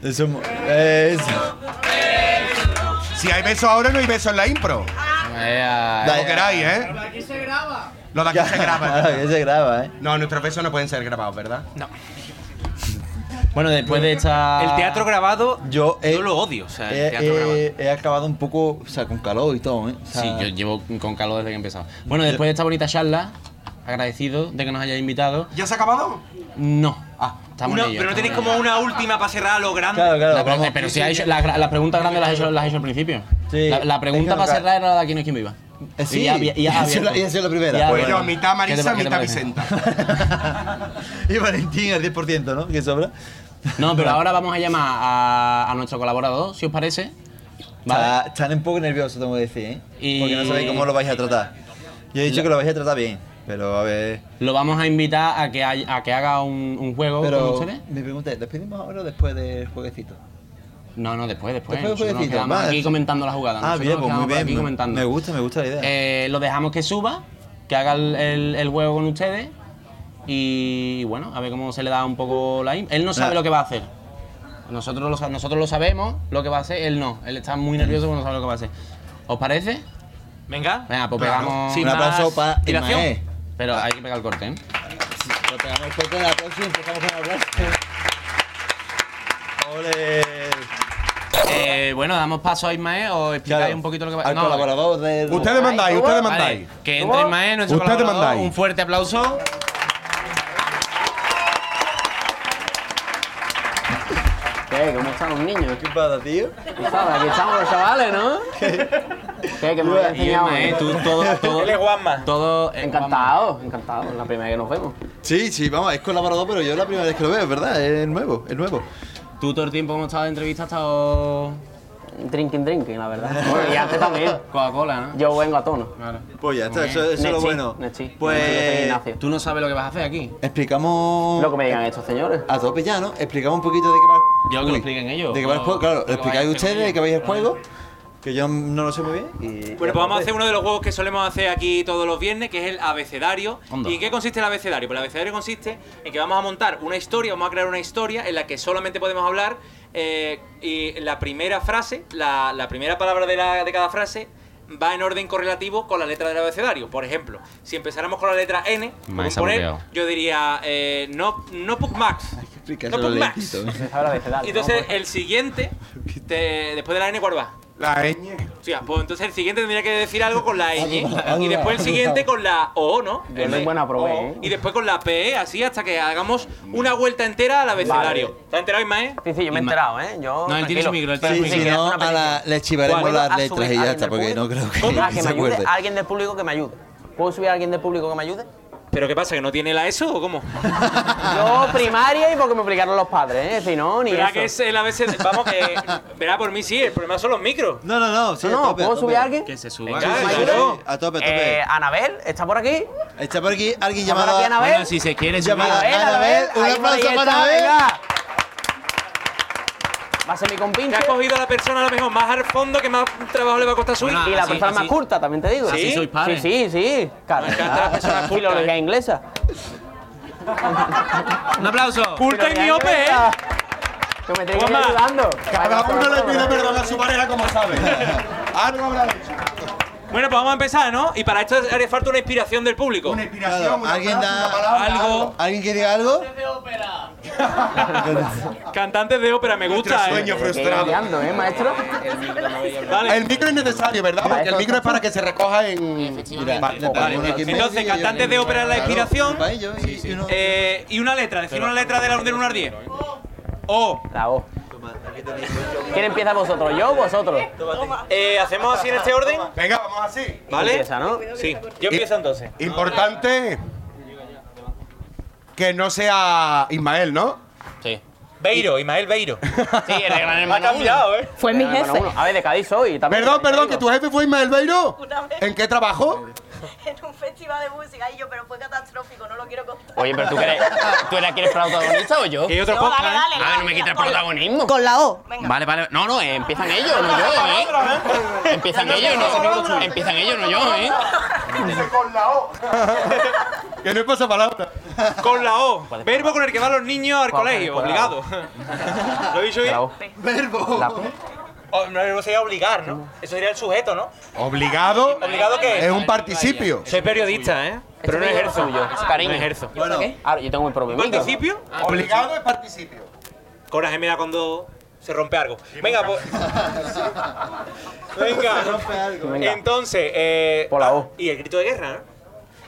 Eso, es mu- eso.
Si hay besos ahora, no hay besos en la impro.
Ea,
Como queráis, ¿eh? Lo de aquí se graba. Lo de aquí se graba.
Claro, que se graba, ¿eh?
No, nuestros besos no pueden ser grabados, ¿verdad?
No.
Bueno, después de
Ah.
esta.
El teatro grabado,
Yo, eh,
yo lo odio. O sea, el
He,
teatro grabado.
he- he acabado un poco, o sea, con calor y todo, ¿eh? O sea,
Sí, yo llevo con calor desde que he empezado. Bueno, después de esta bonita charla, agradecido de que nos hayáis invitado.
¿Ya se ha acabado?
No.
Ah,
estamos
Una-
en ello,
pero no
estamos
tenéis
en
como
ello.
una última para cerrar a lo grande.
Claro, claro,
La pre-
vamos.
pero si ha hecho, las gra- las preguntas grandes las has hecho, las has hecho al principio.
Sí.
La, la pregunta
Es que no
para
ca-
cerrar era la de quién es quien viva.
Eh, sí.
ya- ya- ya
Y ha sido
abierto.
la- y ha sido la primera.
Ya
Pues
abierto.
Bueno, mitad
¿Qué te-
Marisa,
qué te
mitad
parece?
Vicenta.
y Valentín al 10%, ¿no? Que sobra.
No, pero ahora vamos a llamar a, a nuestro colaborador, si os parece. Vale.
Está- están un poco nerviosos, tengo que decir, ¿eh?
Y-
Porque no sabéis cómo lo vais a tratar. Yo he dicho que lo vais a tratar bien, pero a ver.
Lo vamos a invitar a que, hay- a que haga un, un juego
Pero
con ustedes.
me pregunté, ¿les pedimos ahora o después del jueguecito?
No, no, después, después.
Después del
Nosotros nos
jueguecito,
quedamos
vale.
aquí comentando la jugada.
ah,
Nosotros
bien,
nos
pues muy
quedamos por
bien.
aquí
me-
comentando.
Me gusta, me gusta la idea.
Eh, lo dejamos que suba, que haga el, el- el juego con ustedes. Y bueno, a ver cómo se le da un poco la im- Él no sabe
Nah.
lo que va a hacer. Nosotros lo, sa- nosotros lo sabemos lo que va a hacer, él no. Él está muy nervioso porque no sabe lo que va a hacer. ¿Os parece?
Venga.
Venga, pues
Claro.
pegamos.
Sí.
Un aplauso
más
para
dilación.
Ismael.
Pero hay que pegar el corte, ¿eh?
Lo pegamos el corte de aplauso y empezamos con el aplauso. ¡Ole!
Eh, bueno, damos paso a Ismael o explicáis
Claro,
un poquito lo que va a
Al colaborador
eh,
del.
Ustedes mandáis, ustedes mandáis.
que entre Ismael, nuestro
Ustedes
colaborador.
mandáis.
Un fuerte aplauso. ¿Qué? ¿Cómo están los niños?
¿Qué pasa, tío?
Tú sabes, aquí estamos los chavales, ¿no? ¿Qué? ¿Qué me habéis
Y
enseñado, eh?
Tú, todo, todo.
Él es Juanma.
Todo. eh,
Encantado, encantado. La primera vez que nos vemos.
Sí, sí, vamos, es colaborador, pero yo es la primera vez que lo veo, es verdad, es nuevo, es nuevo.
Juanma. Tú todo el tiempo hemos estado de entrevista has estado.
Drinking, drinking, la verdad.
Bueno,
y antes también.
Coca-Cola, ¿no?
Yo vengo a tono.
Claro.
Pues ya está,
Muy
eso,
bien.
eso es lo
Nechi,
bueno.
Nechi, Nechi,
pues
Ignacio.
Tú no sabes lo que vas a hacer aquí.
explicamos
Lo que me digan estos señores.
a tope ya, ¿no? Explicamos un poquito de qué va el
Yo que lo
Uy,
expliquen ellos,
De qué va el
o-
juego, claro,
o
lo
que
explicáis
vayan
ustedes, de
según
qué veis el
ellos.
juego, que yo no lo sé muy bien. Y
Bueno, pues vamos a hacer uno de los juegos que solemos hacer aquí todos los viernes, que es el abecedario.
Onda.
¿Y en qué consiste el abecedario? Pues el abecedario consiste en que vamos a montar una historia, vamos a crear una historia en la que solamente podemos hablar eh, y la primera frase, la, la primera palabra de, la- de cada frase va en orden correlativo con la letra del abecedario. Por ejemplo, si empezáramos con la letra N, por
Me has
poner,
saboteado.
yo diría eh, no, no Puck Max. No Puck Max.
Se sabe la abecedario,
Entonces,
¿no?
el siguiente, te- después de la N, ¿cuál va?
La ñ.
Hostia, pues entonces el siguiente tendría que decir algo con la ñ. y después el siguiente con la O, ¿no?
Yo no
Eh,
es buena probé,
O,
¿eh?
Y después con la P, así hasta que hagamos una vuelta entera al abecedario.
Vale.
¿Te has enterado, Ismael?
Sí, sí, yo me he enterado, ¿eh? Yo,
No, él tiene
tranquilo.
su micro, él tiene
Sí,
su
Sí,
sí,
micro.
si
que es
no,
una
a la,
petición.
le chivaremos
¿Puedo
las
asumir
letras y
alguien
ya
del
está, porque
público?
no creo que,
Ah, que
se
me ayude.
acuerde.
Alguien del público que me ayude. ¿Puedo subir a alguien del público que me ayude?
¿Pero qué pasa? ¿Que no tiene la ESO o cómo?
Yo primaria y porque me obligaron los padres, ¿eh? Si no, ni
Verá
eso.
que es el abecedario. Vamos, que. Verá, por mí sí, el problema son los micros.
No, no, no, sí,
No, no,
a tope,
¿puedo
a
subir
tope.
a alguien?
Que se suba.
Venga,
Sí, sí,
Ay,
sí,
claro.
A tope, a tope.
Eh, Anabel, ¿está por aquí?
Está por aquí alguien
¿Está por aquí
llamado.
Anabel?
Bueno, si se quiere subir.
Llamada.
Anabel,
Anabel,
Anabel,
un
ahí por ahí
aplauso para
está,
Anabel.
venga. Va a ser mi
Te has
compinche.
cogido a la persona a lo mejor más al fondo que más trabajo le va a costar subir.
Bueno,
Y la
Así,
persona
así.
más culta, también te digo.
Así
sí,
sois
padres.
Sí, sí, sí. Claro.
Me encantan las personas cultas,
Filología
eh.
inglesa.
Un aplauso.
Culta y
Filología
miope, ¿eh?
inglesa. Que me tenéis que ir
Juanma,
ayudando.
Cada uno le pide perdón a su manera, como sabe. Algo habrá hecho.
Bueno, pues vamos a empezar, ¿no? Y para esto haría falta una inspiración del público.
Una inspiración,
Claro,
una
alguien
frase,
da
una palabra,
algo.
¿Alguien que diga algo?
Cantantes de ópera, me gusta,
Nuestro
¿eh?
sueño
Que ir
frustrado.
guiando, ¿eh, maestro?
Vale.
El micro es necesario, ¿verdad? Porque el micro es para que se recoja en.
Mira,
eh,
le
Vale,
pongo un equipo
entonces,
y-
cantantes de ópera en la
Claro,
inspiración.
para ellos y- y uno-
Eh, y una letra, decir una letra de la del 1 al Oh. 10.
Oh.
O.
La voz. ¿Quién empieza vosotros? ¿Yo o vosotros?
Eh, ¿Hacemos así en este orden?
Venga, vamos así.
¿Vale?
Empieza, ¿no?
Sí. Yo empiezo entonces.
Importante. Que no sea Ismael, ¿no?
Sí.
Beiro, Ismael Beiro.
Sí, el de Gran
Ha
Hermano uno.
cambiado, ¿eh?
Fue mi
Bueno,
jefe.
uno. A ver, de Cádiz soy. también.
Perdón, perdón, que tu jefe fue Ismael Beiro.
Una vez.
¿En qué trabajo?
en un festival de música y yo, pero fue catastrófico, no lo quiero contar.
Oye, pero tú quieres. ¿Tú eres, quieres protagonista o yo?
Que hay otro
No,
podcast.
dale, dale.
¿eh? A ver, no me quites el protagonismo.
Con la O.
Venga.
Vale, vale. No, no, eh, empiezan ellos, no yo, ¿eh? Empiezan ellos, no. Empiezan ellos, no yo, ¿eh?
Que no es pasapalabra.
Con la O. Verbo con el que van los niños al
Cuajo,
colegio,
cuajo.
obligado. ¿Lo he dicho bien?
La voz.
Verbo.
La-
O- No, no sería obligar, ¿no? Eso sería el sujeto, ¿no?
Obligado.
¿Obligado qué es?
Es un participio.
Soy periodista, ¿eh? Pero no
Este
ejerzo.
tuyo, es cariño.
No ejerzo.
Bueno,
Ahora, yo tengo mi propio micro.
¿Participio?
Obligado es participio.
Cora gemela cuando se rompe algo. Venga, pues. Venga.
Venga.
Entonces, eh,
Por la O.
Y el grito de guerra, ¿no?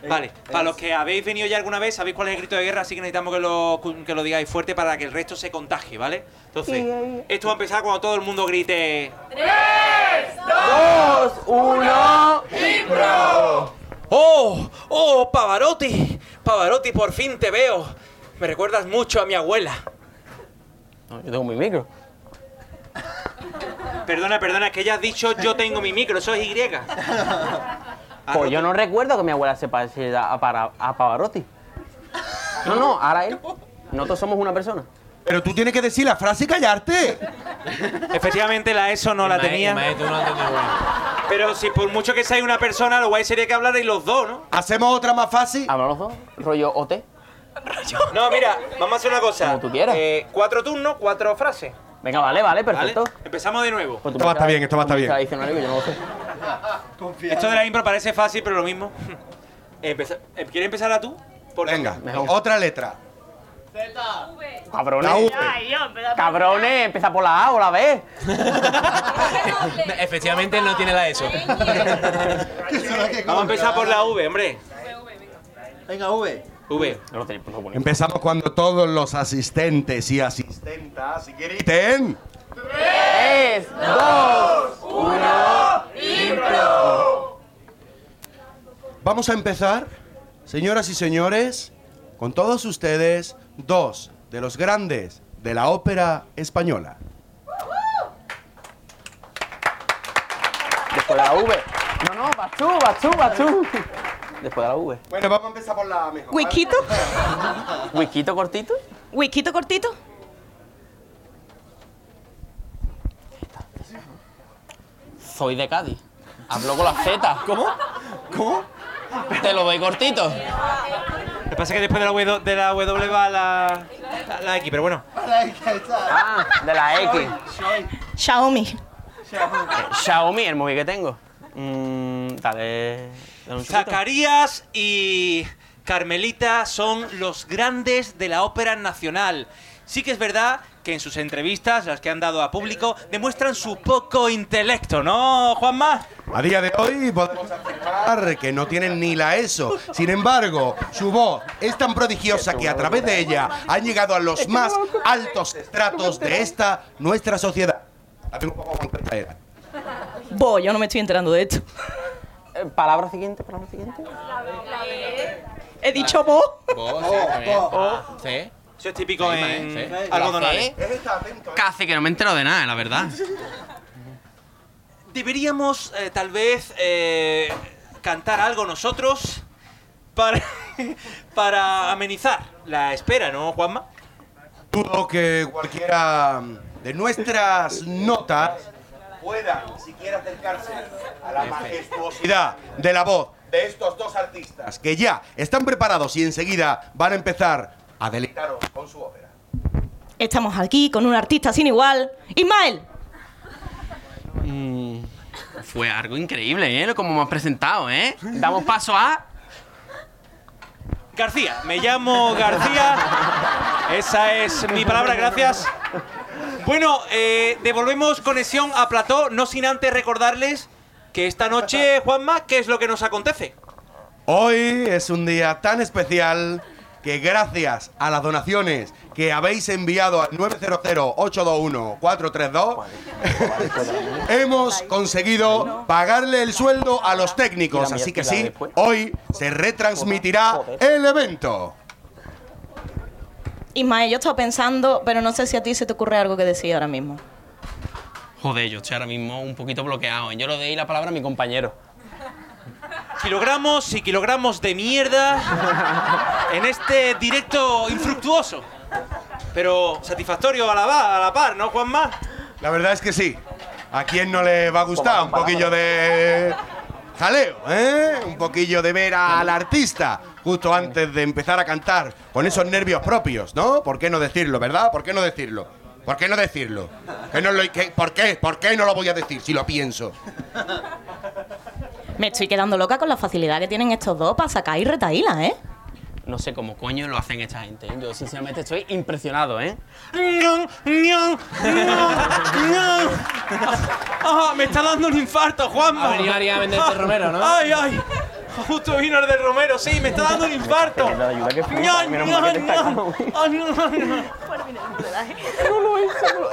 Vale, para los que habéis venido ya alguna vez, sabéis cuál es el grito de guerra, así que necesitamos que lo, que lo digáis fuerte para que el resto se contagie, ¿vale? Entonces, esto va a empezar cuando todo el mundo grite.
Dos, uno.
¡Oh! ¡Oh, Pavarotti! Pavarotti, por fin te veo. Me recuerdas mucho a mi abuela.
No, yo tengo mi micro.
Perdona, perdona, es que ya has dicho yo tengo mi micro, eso es Y.
Pues yo no recuerdo que mi abuela se pareciera a, para- a Pavarotti. No, no, ahora él. Nosotros somos una persona.
Pero tú tienes que decir la frase y callarte.
Efectivamente, la ESO no la tenía.
tú no has tenido buena.
Pero si por mucho que sea una persona, lo guay sería que hablarais los dos, ¿no?
Hacemos otra más fácil.
Hablamos los dos, rollo OT.
No, mira, vamos a hacer una cosa.
Como tú quieras.
Eh, cuatro turnos, cuatro frases.
Venga, vale, vale,
¿Vale?
perfecto.
Empezamos de nuevo.
Pues tú
Esto va a estar
buscas-
bien, esto va a estar
tú
bien.
buscas diccionario que yo no lo sé.
Esto de la impro parece fácil, pero lo mismo. Empeza- eh, ¿Quieres empezar a tú? Por-
Venga,
Mejor.
otra letra.
Cabrones.
La V.
Cabrones, empieza por la A o la B.
Efectivamente, él no tiene la ESO.
Que son las que
Vamos a
compran.
empezar por la V, hombre.
Venga, V.
V.
No lo tenéis, por favor.
Empezamos cuando todos los asistentes y asistentas griten. Vamos a empezar, señoras y señores, con todos ustedes, dos de los grandes de la ópera española.
Después de la V. No, no, vas tú, vas tú, vas tú. Después de la V.
Bueno, vamos a empezar por la mejor.
Wikito,
¿Wikito cortito?
Wikito cortito.
Soy de Cádiz. Hablo con la Z.
¿Cómo? ¿Cómo?
Te lo doy cortito.
Lo que pasa es que después de la W, de la w va la, la, la X, pero bueno.
Ah, de la X.
Xiaomi.
Xiaomi, el móvil que tengo. Mm, dale. dale un chupito.
Zacarías y Carmelita son los grandes de la ópera nacional. Sí que es verdad que en sus entrevistas, las que han dado a público, demuestran su poco intelecto, ¿no, Juanma?
A día de hoy podemos afirmar que no tienen ni la ESO. Sin embargo, su voz es tan prodigiosa que a través de ella han llegado a los más altos estratos de esta nuestra sociedad. La tengo un poco contraída.
Bo, yo no me estoy enterando de esto.
Eh, Palabra siguiente, palabra siguiente.
He dicho bo.
Oh,
Bo, C también. C.
Eso es típico
Sí,
en
sí.
algodonales.
Casi que no me entero de nada, la verdad.
Deberíamos, eh, tal vez, eh, cantar algo nosotros para, para amenizar la espera, ¿no, Juanma?
Dudo que cualquiera de nuestras notas pueda ni siquiera acercarse a la majestuosidad de la voz de estos dos artistas que ya están preparados y enseguida van a empezar a deleitaros con su ópera.
Estamos aquí con un artista sin igual. Ismael.
Mm, fue algo increíble, ¿eh? Como me has presentado, ¿eh? Damos paso a.
García, me llamo García. Esa es mi palabra, gracias. Bueno, eh, devolvemos conexión a Plató, no sin antes recordarles que esta noche, Juanma, ¿qué es lo que nos acontece?
Hoy es un día tan especial que gracias a las donaciones que habéis enviado al 900-821-432, hemos conseguido pagarle el sueldo a los técnicos. Así que sí, hoy se retransmitirá el evento.
Ismael, yo estaba pensando, pero no sé si a ti se te ocurre algo que decir ahora mismo.
Joder, yo estoy ahora mismo un poquito bloqueado. ¿eh? Yo le doy la palabra a mi compañero.
Kilogramos y kilogramos de mierda en este directo infructuoso. Pero satisfactorio a la, va- a la par, ¿no, Juanma?
La verdad es que sí. ¿A quién no le va a gustar un poquillo de jaleo, eh? Un poquillo de ver al artista justo antes de empezar a cantar con esos nervios propios, ¿no? ¿Por qué no decirlo, verdad? ¿Por qué no decirlo? ¿Por qué no decirlo? ¿Que no lo- que- ¿Por qué? ¿Por qué no lo voy a decir si lo pienso?
Me estoy quedando loca con la facilidad que tienen estos dos para sacar y retaíla, ¿eh?
No sé cómo coño lo hacen esta gente. ¿eh? Yo sinceramente estoy impresionado, ¿eh?
Ah, me está dando un infarto, Juanma.
Ha venido alguien a venderte
Ah,
Romero, ¿no?
Ay, ay. Justo vino el de Romero, sí, me está dando un infarto. Ña, ña, ña. Ah, no, no, no.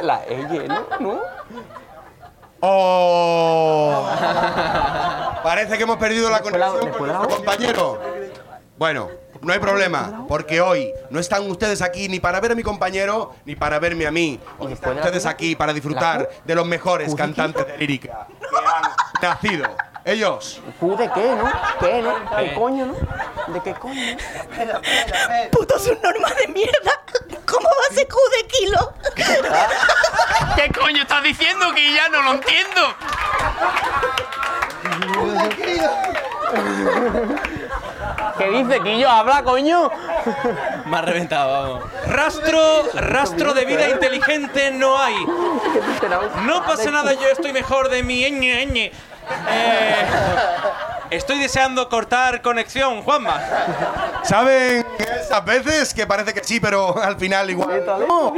La L, ¿no? ¿No?
¡Oh! Parece que hemos perdido la conexión con nuestro compañero. Bueno, no hay problema, porque hoy no están ustedes aquí ni para ver a mi compañero ni para verme a mí. Hoy están ustedes aquí para disfrutar de los mejores cantantes de lírica que han nacido. Ellos.
¿Q de qué, no? ¿Qué, no? ¿Qué coño, no? ¿De qué coño?
Puto subnormal de mierda. ¿Cómo va a ser Q de kilo?
¿Qué coño estás diciendo, que ya no lo entiendo? ¿Qué dice, Quillo? ¿Habla, coño?
Más reventado, vamos.
Rastro, rastro de vida inteligente no hay. No pasa nada, yo estoy mejor de mi ñe, ñe. Eh, estoy deseando cortar conexión, Juanma.
¿Saben esas veces que parece que sí, pero al final igual no?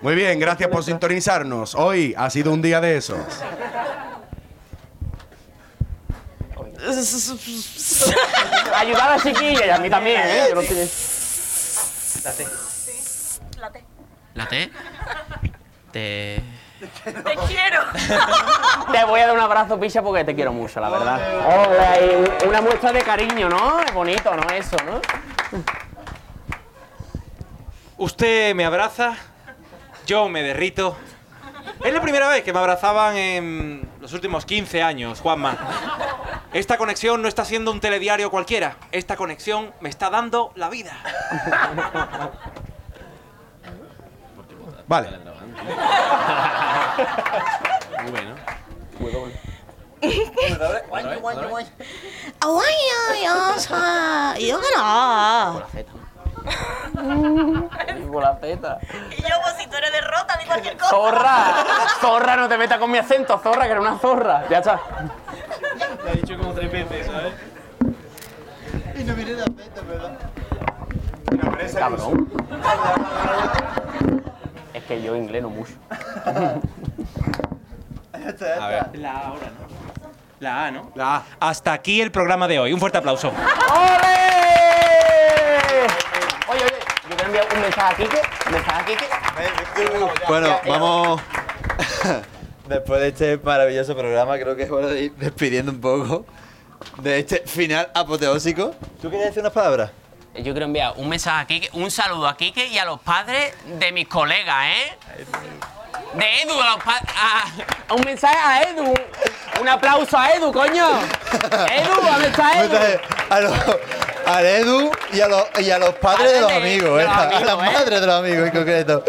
Muy bien, gracias por sintonizarnos. Hoy ha sido un día de esos.
Ayudar a la chiquilla y a mí también, ¿eh? Yo lo estoy-
La T.
¿La T? Te.
Te quiero.
Te voy a dar un abrazo, picha, porque te quiero mucho, la verdad. Ole, ahí, una muestra de cariño, ¿no? Es bonito, ¿no? Eso, ¿no?
Usted me abraza, yo me derrito. Es la primera vez que me abrazaban en los últimos 15 años, Juanma. Esta conexión no está siendo un telediario cualquiera. Esta conexión me está dando la vida.
Vale.
Muy bueno.
Ay, ay, ay, ay. Yo que no.
Con la teta.
Y yo, pues si tú eres derrota de cualquier cosa.
¡Zorra! ¡Zorra, no te metas con mi acento! ¡Zorra, que era una zorra! Ya está.
Y no miré la feta, ¿verdad?
Cabrón. Es que yo inglés no mucho.
La A, ¿no? La A. Hasta aquí el programa de hoy. Un fuerte aplauso.
¡Ole! Oye, oye, yo quiero enviar un mensaje a Kike. Un mensaje a Kike.
Bueno,
Ya, ya.
vamos. Después de este maravilloso programa, creo que es hora de ir despidiendo un poco de este final apoteósico. ¿Tú querías decir unas palabras?
Yo quiero enviar un mensaje a Kike, un saludo a Kike y a los padres de mis colegas, ¿eh? De Edu, a los padres. Un mensaje a Edu. Un aplauso a Edu, coño. Edu, ¿dónde está Edu?
Entonces, A los, al Edu y a los, y a los padres de los
Padres de-
amigos,
de
¿eh?
los
a las
amigos, ¿eh?
madres de los amigos en concreto.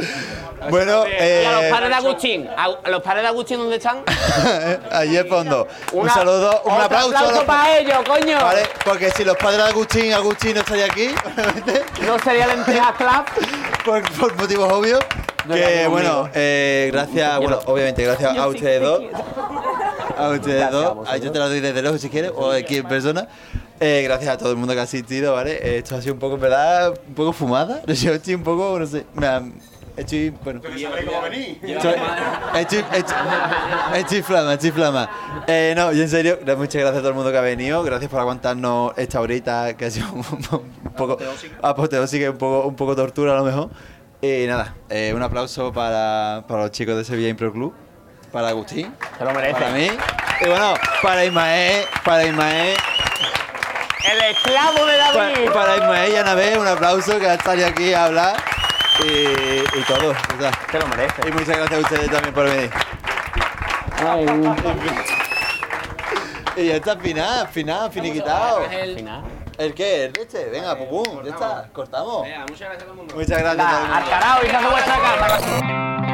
Bueno,
Y a los
eh,
padres de Agustín. ¿A a los padres de Agustín dónde están?
allí en fondo. Un
Una-
saludo, un
otro
aplauso. a los-
para ellos, coño.
Vale, porque si los padres de Agustín, Agustín no estaría aquí, obviamente,
No sería lenteja club.
por, por motivos obvios.
No era
Que
amigo
bueno,
mío.
eh, gracias, bueno, obviamente, gracias a ustedes dos. A ustedes
Gracias a
dos. Ah, yo te lo doy desde lejos si quieres, o aquí en persona. Eh, gracias a todo el mundo que ha asistido, ¿vale? Eh, Esto ha sido un poco, en verdad, un poco fumada. Yo estoy un poco, no sé, me ha- Estoy, bueno... Estoy, estoy, estoy, estoy flama, estoy flama. Eh, no, yo en serio, gra- muchas gracias a todo el mundo que ha venido. Gracias por aguantarnos esta horita que ha sido un, un poco apoteósica, un poco, un poco tortura a lo mejor. Y nada, eh, un aplauso para, para los chicos de Sevilla Impro Club, para Agustín,
Se lo merece.
para mí. Y bueno, para Ismael, para Ismael,
El esclavo de
pa-
David.
para, Ismael y Anabel, un aplauso que ha estado aquí a hablar y, y todo. o sea.
Se lo merece.
Y muchas gracias a ustedes también por venir. Y ya está final, final, finiquitado.
Al final.
¿El qué? ¿El este? Venga, pum, pum, ya está, cortamos.
muchas gracias a todo el mundo.
Muchas gracias a todo el
Al
mundo.
carajo, hija de vuestra casa.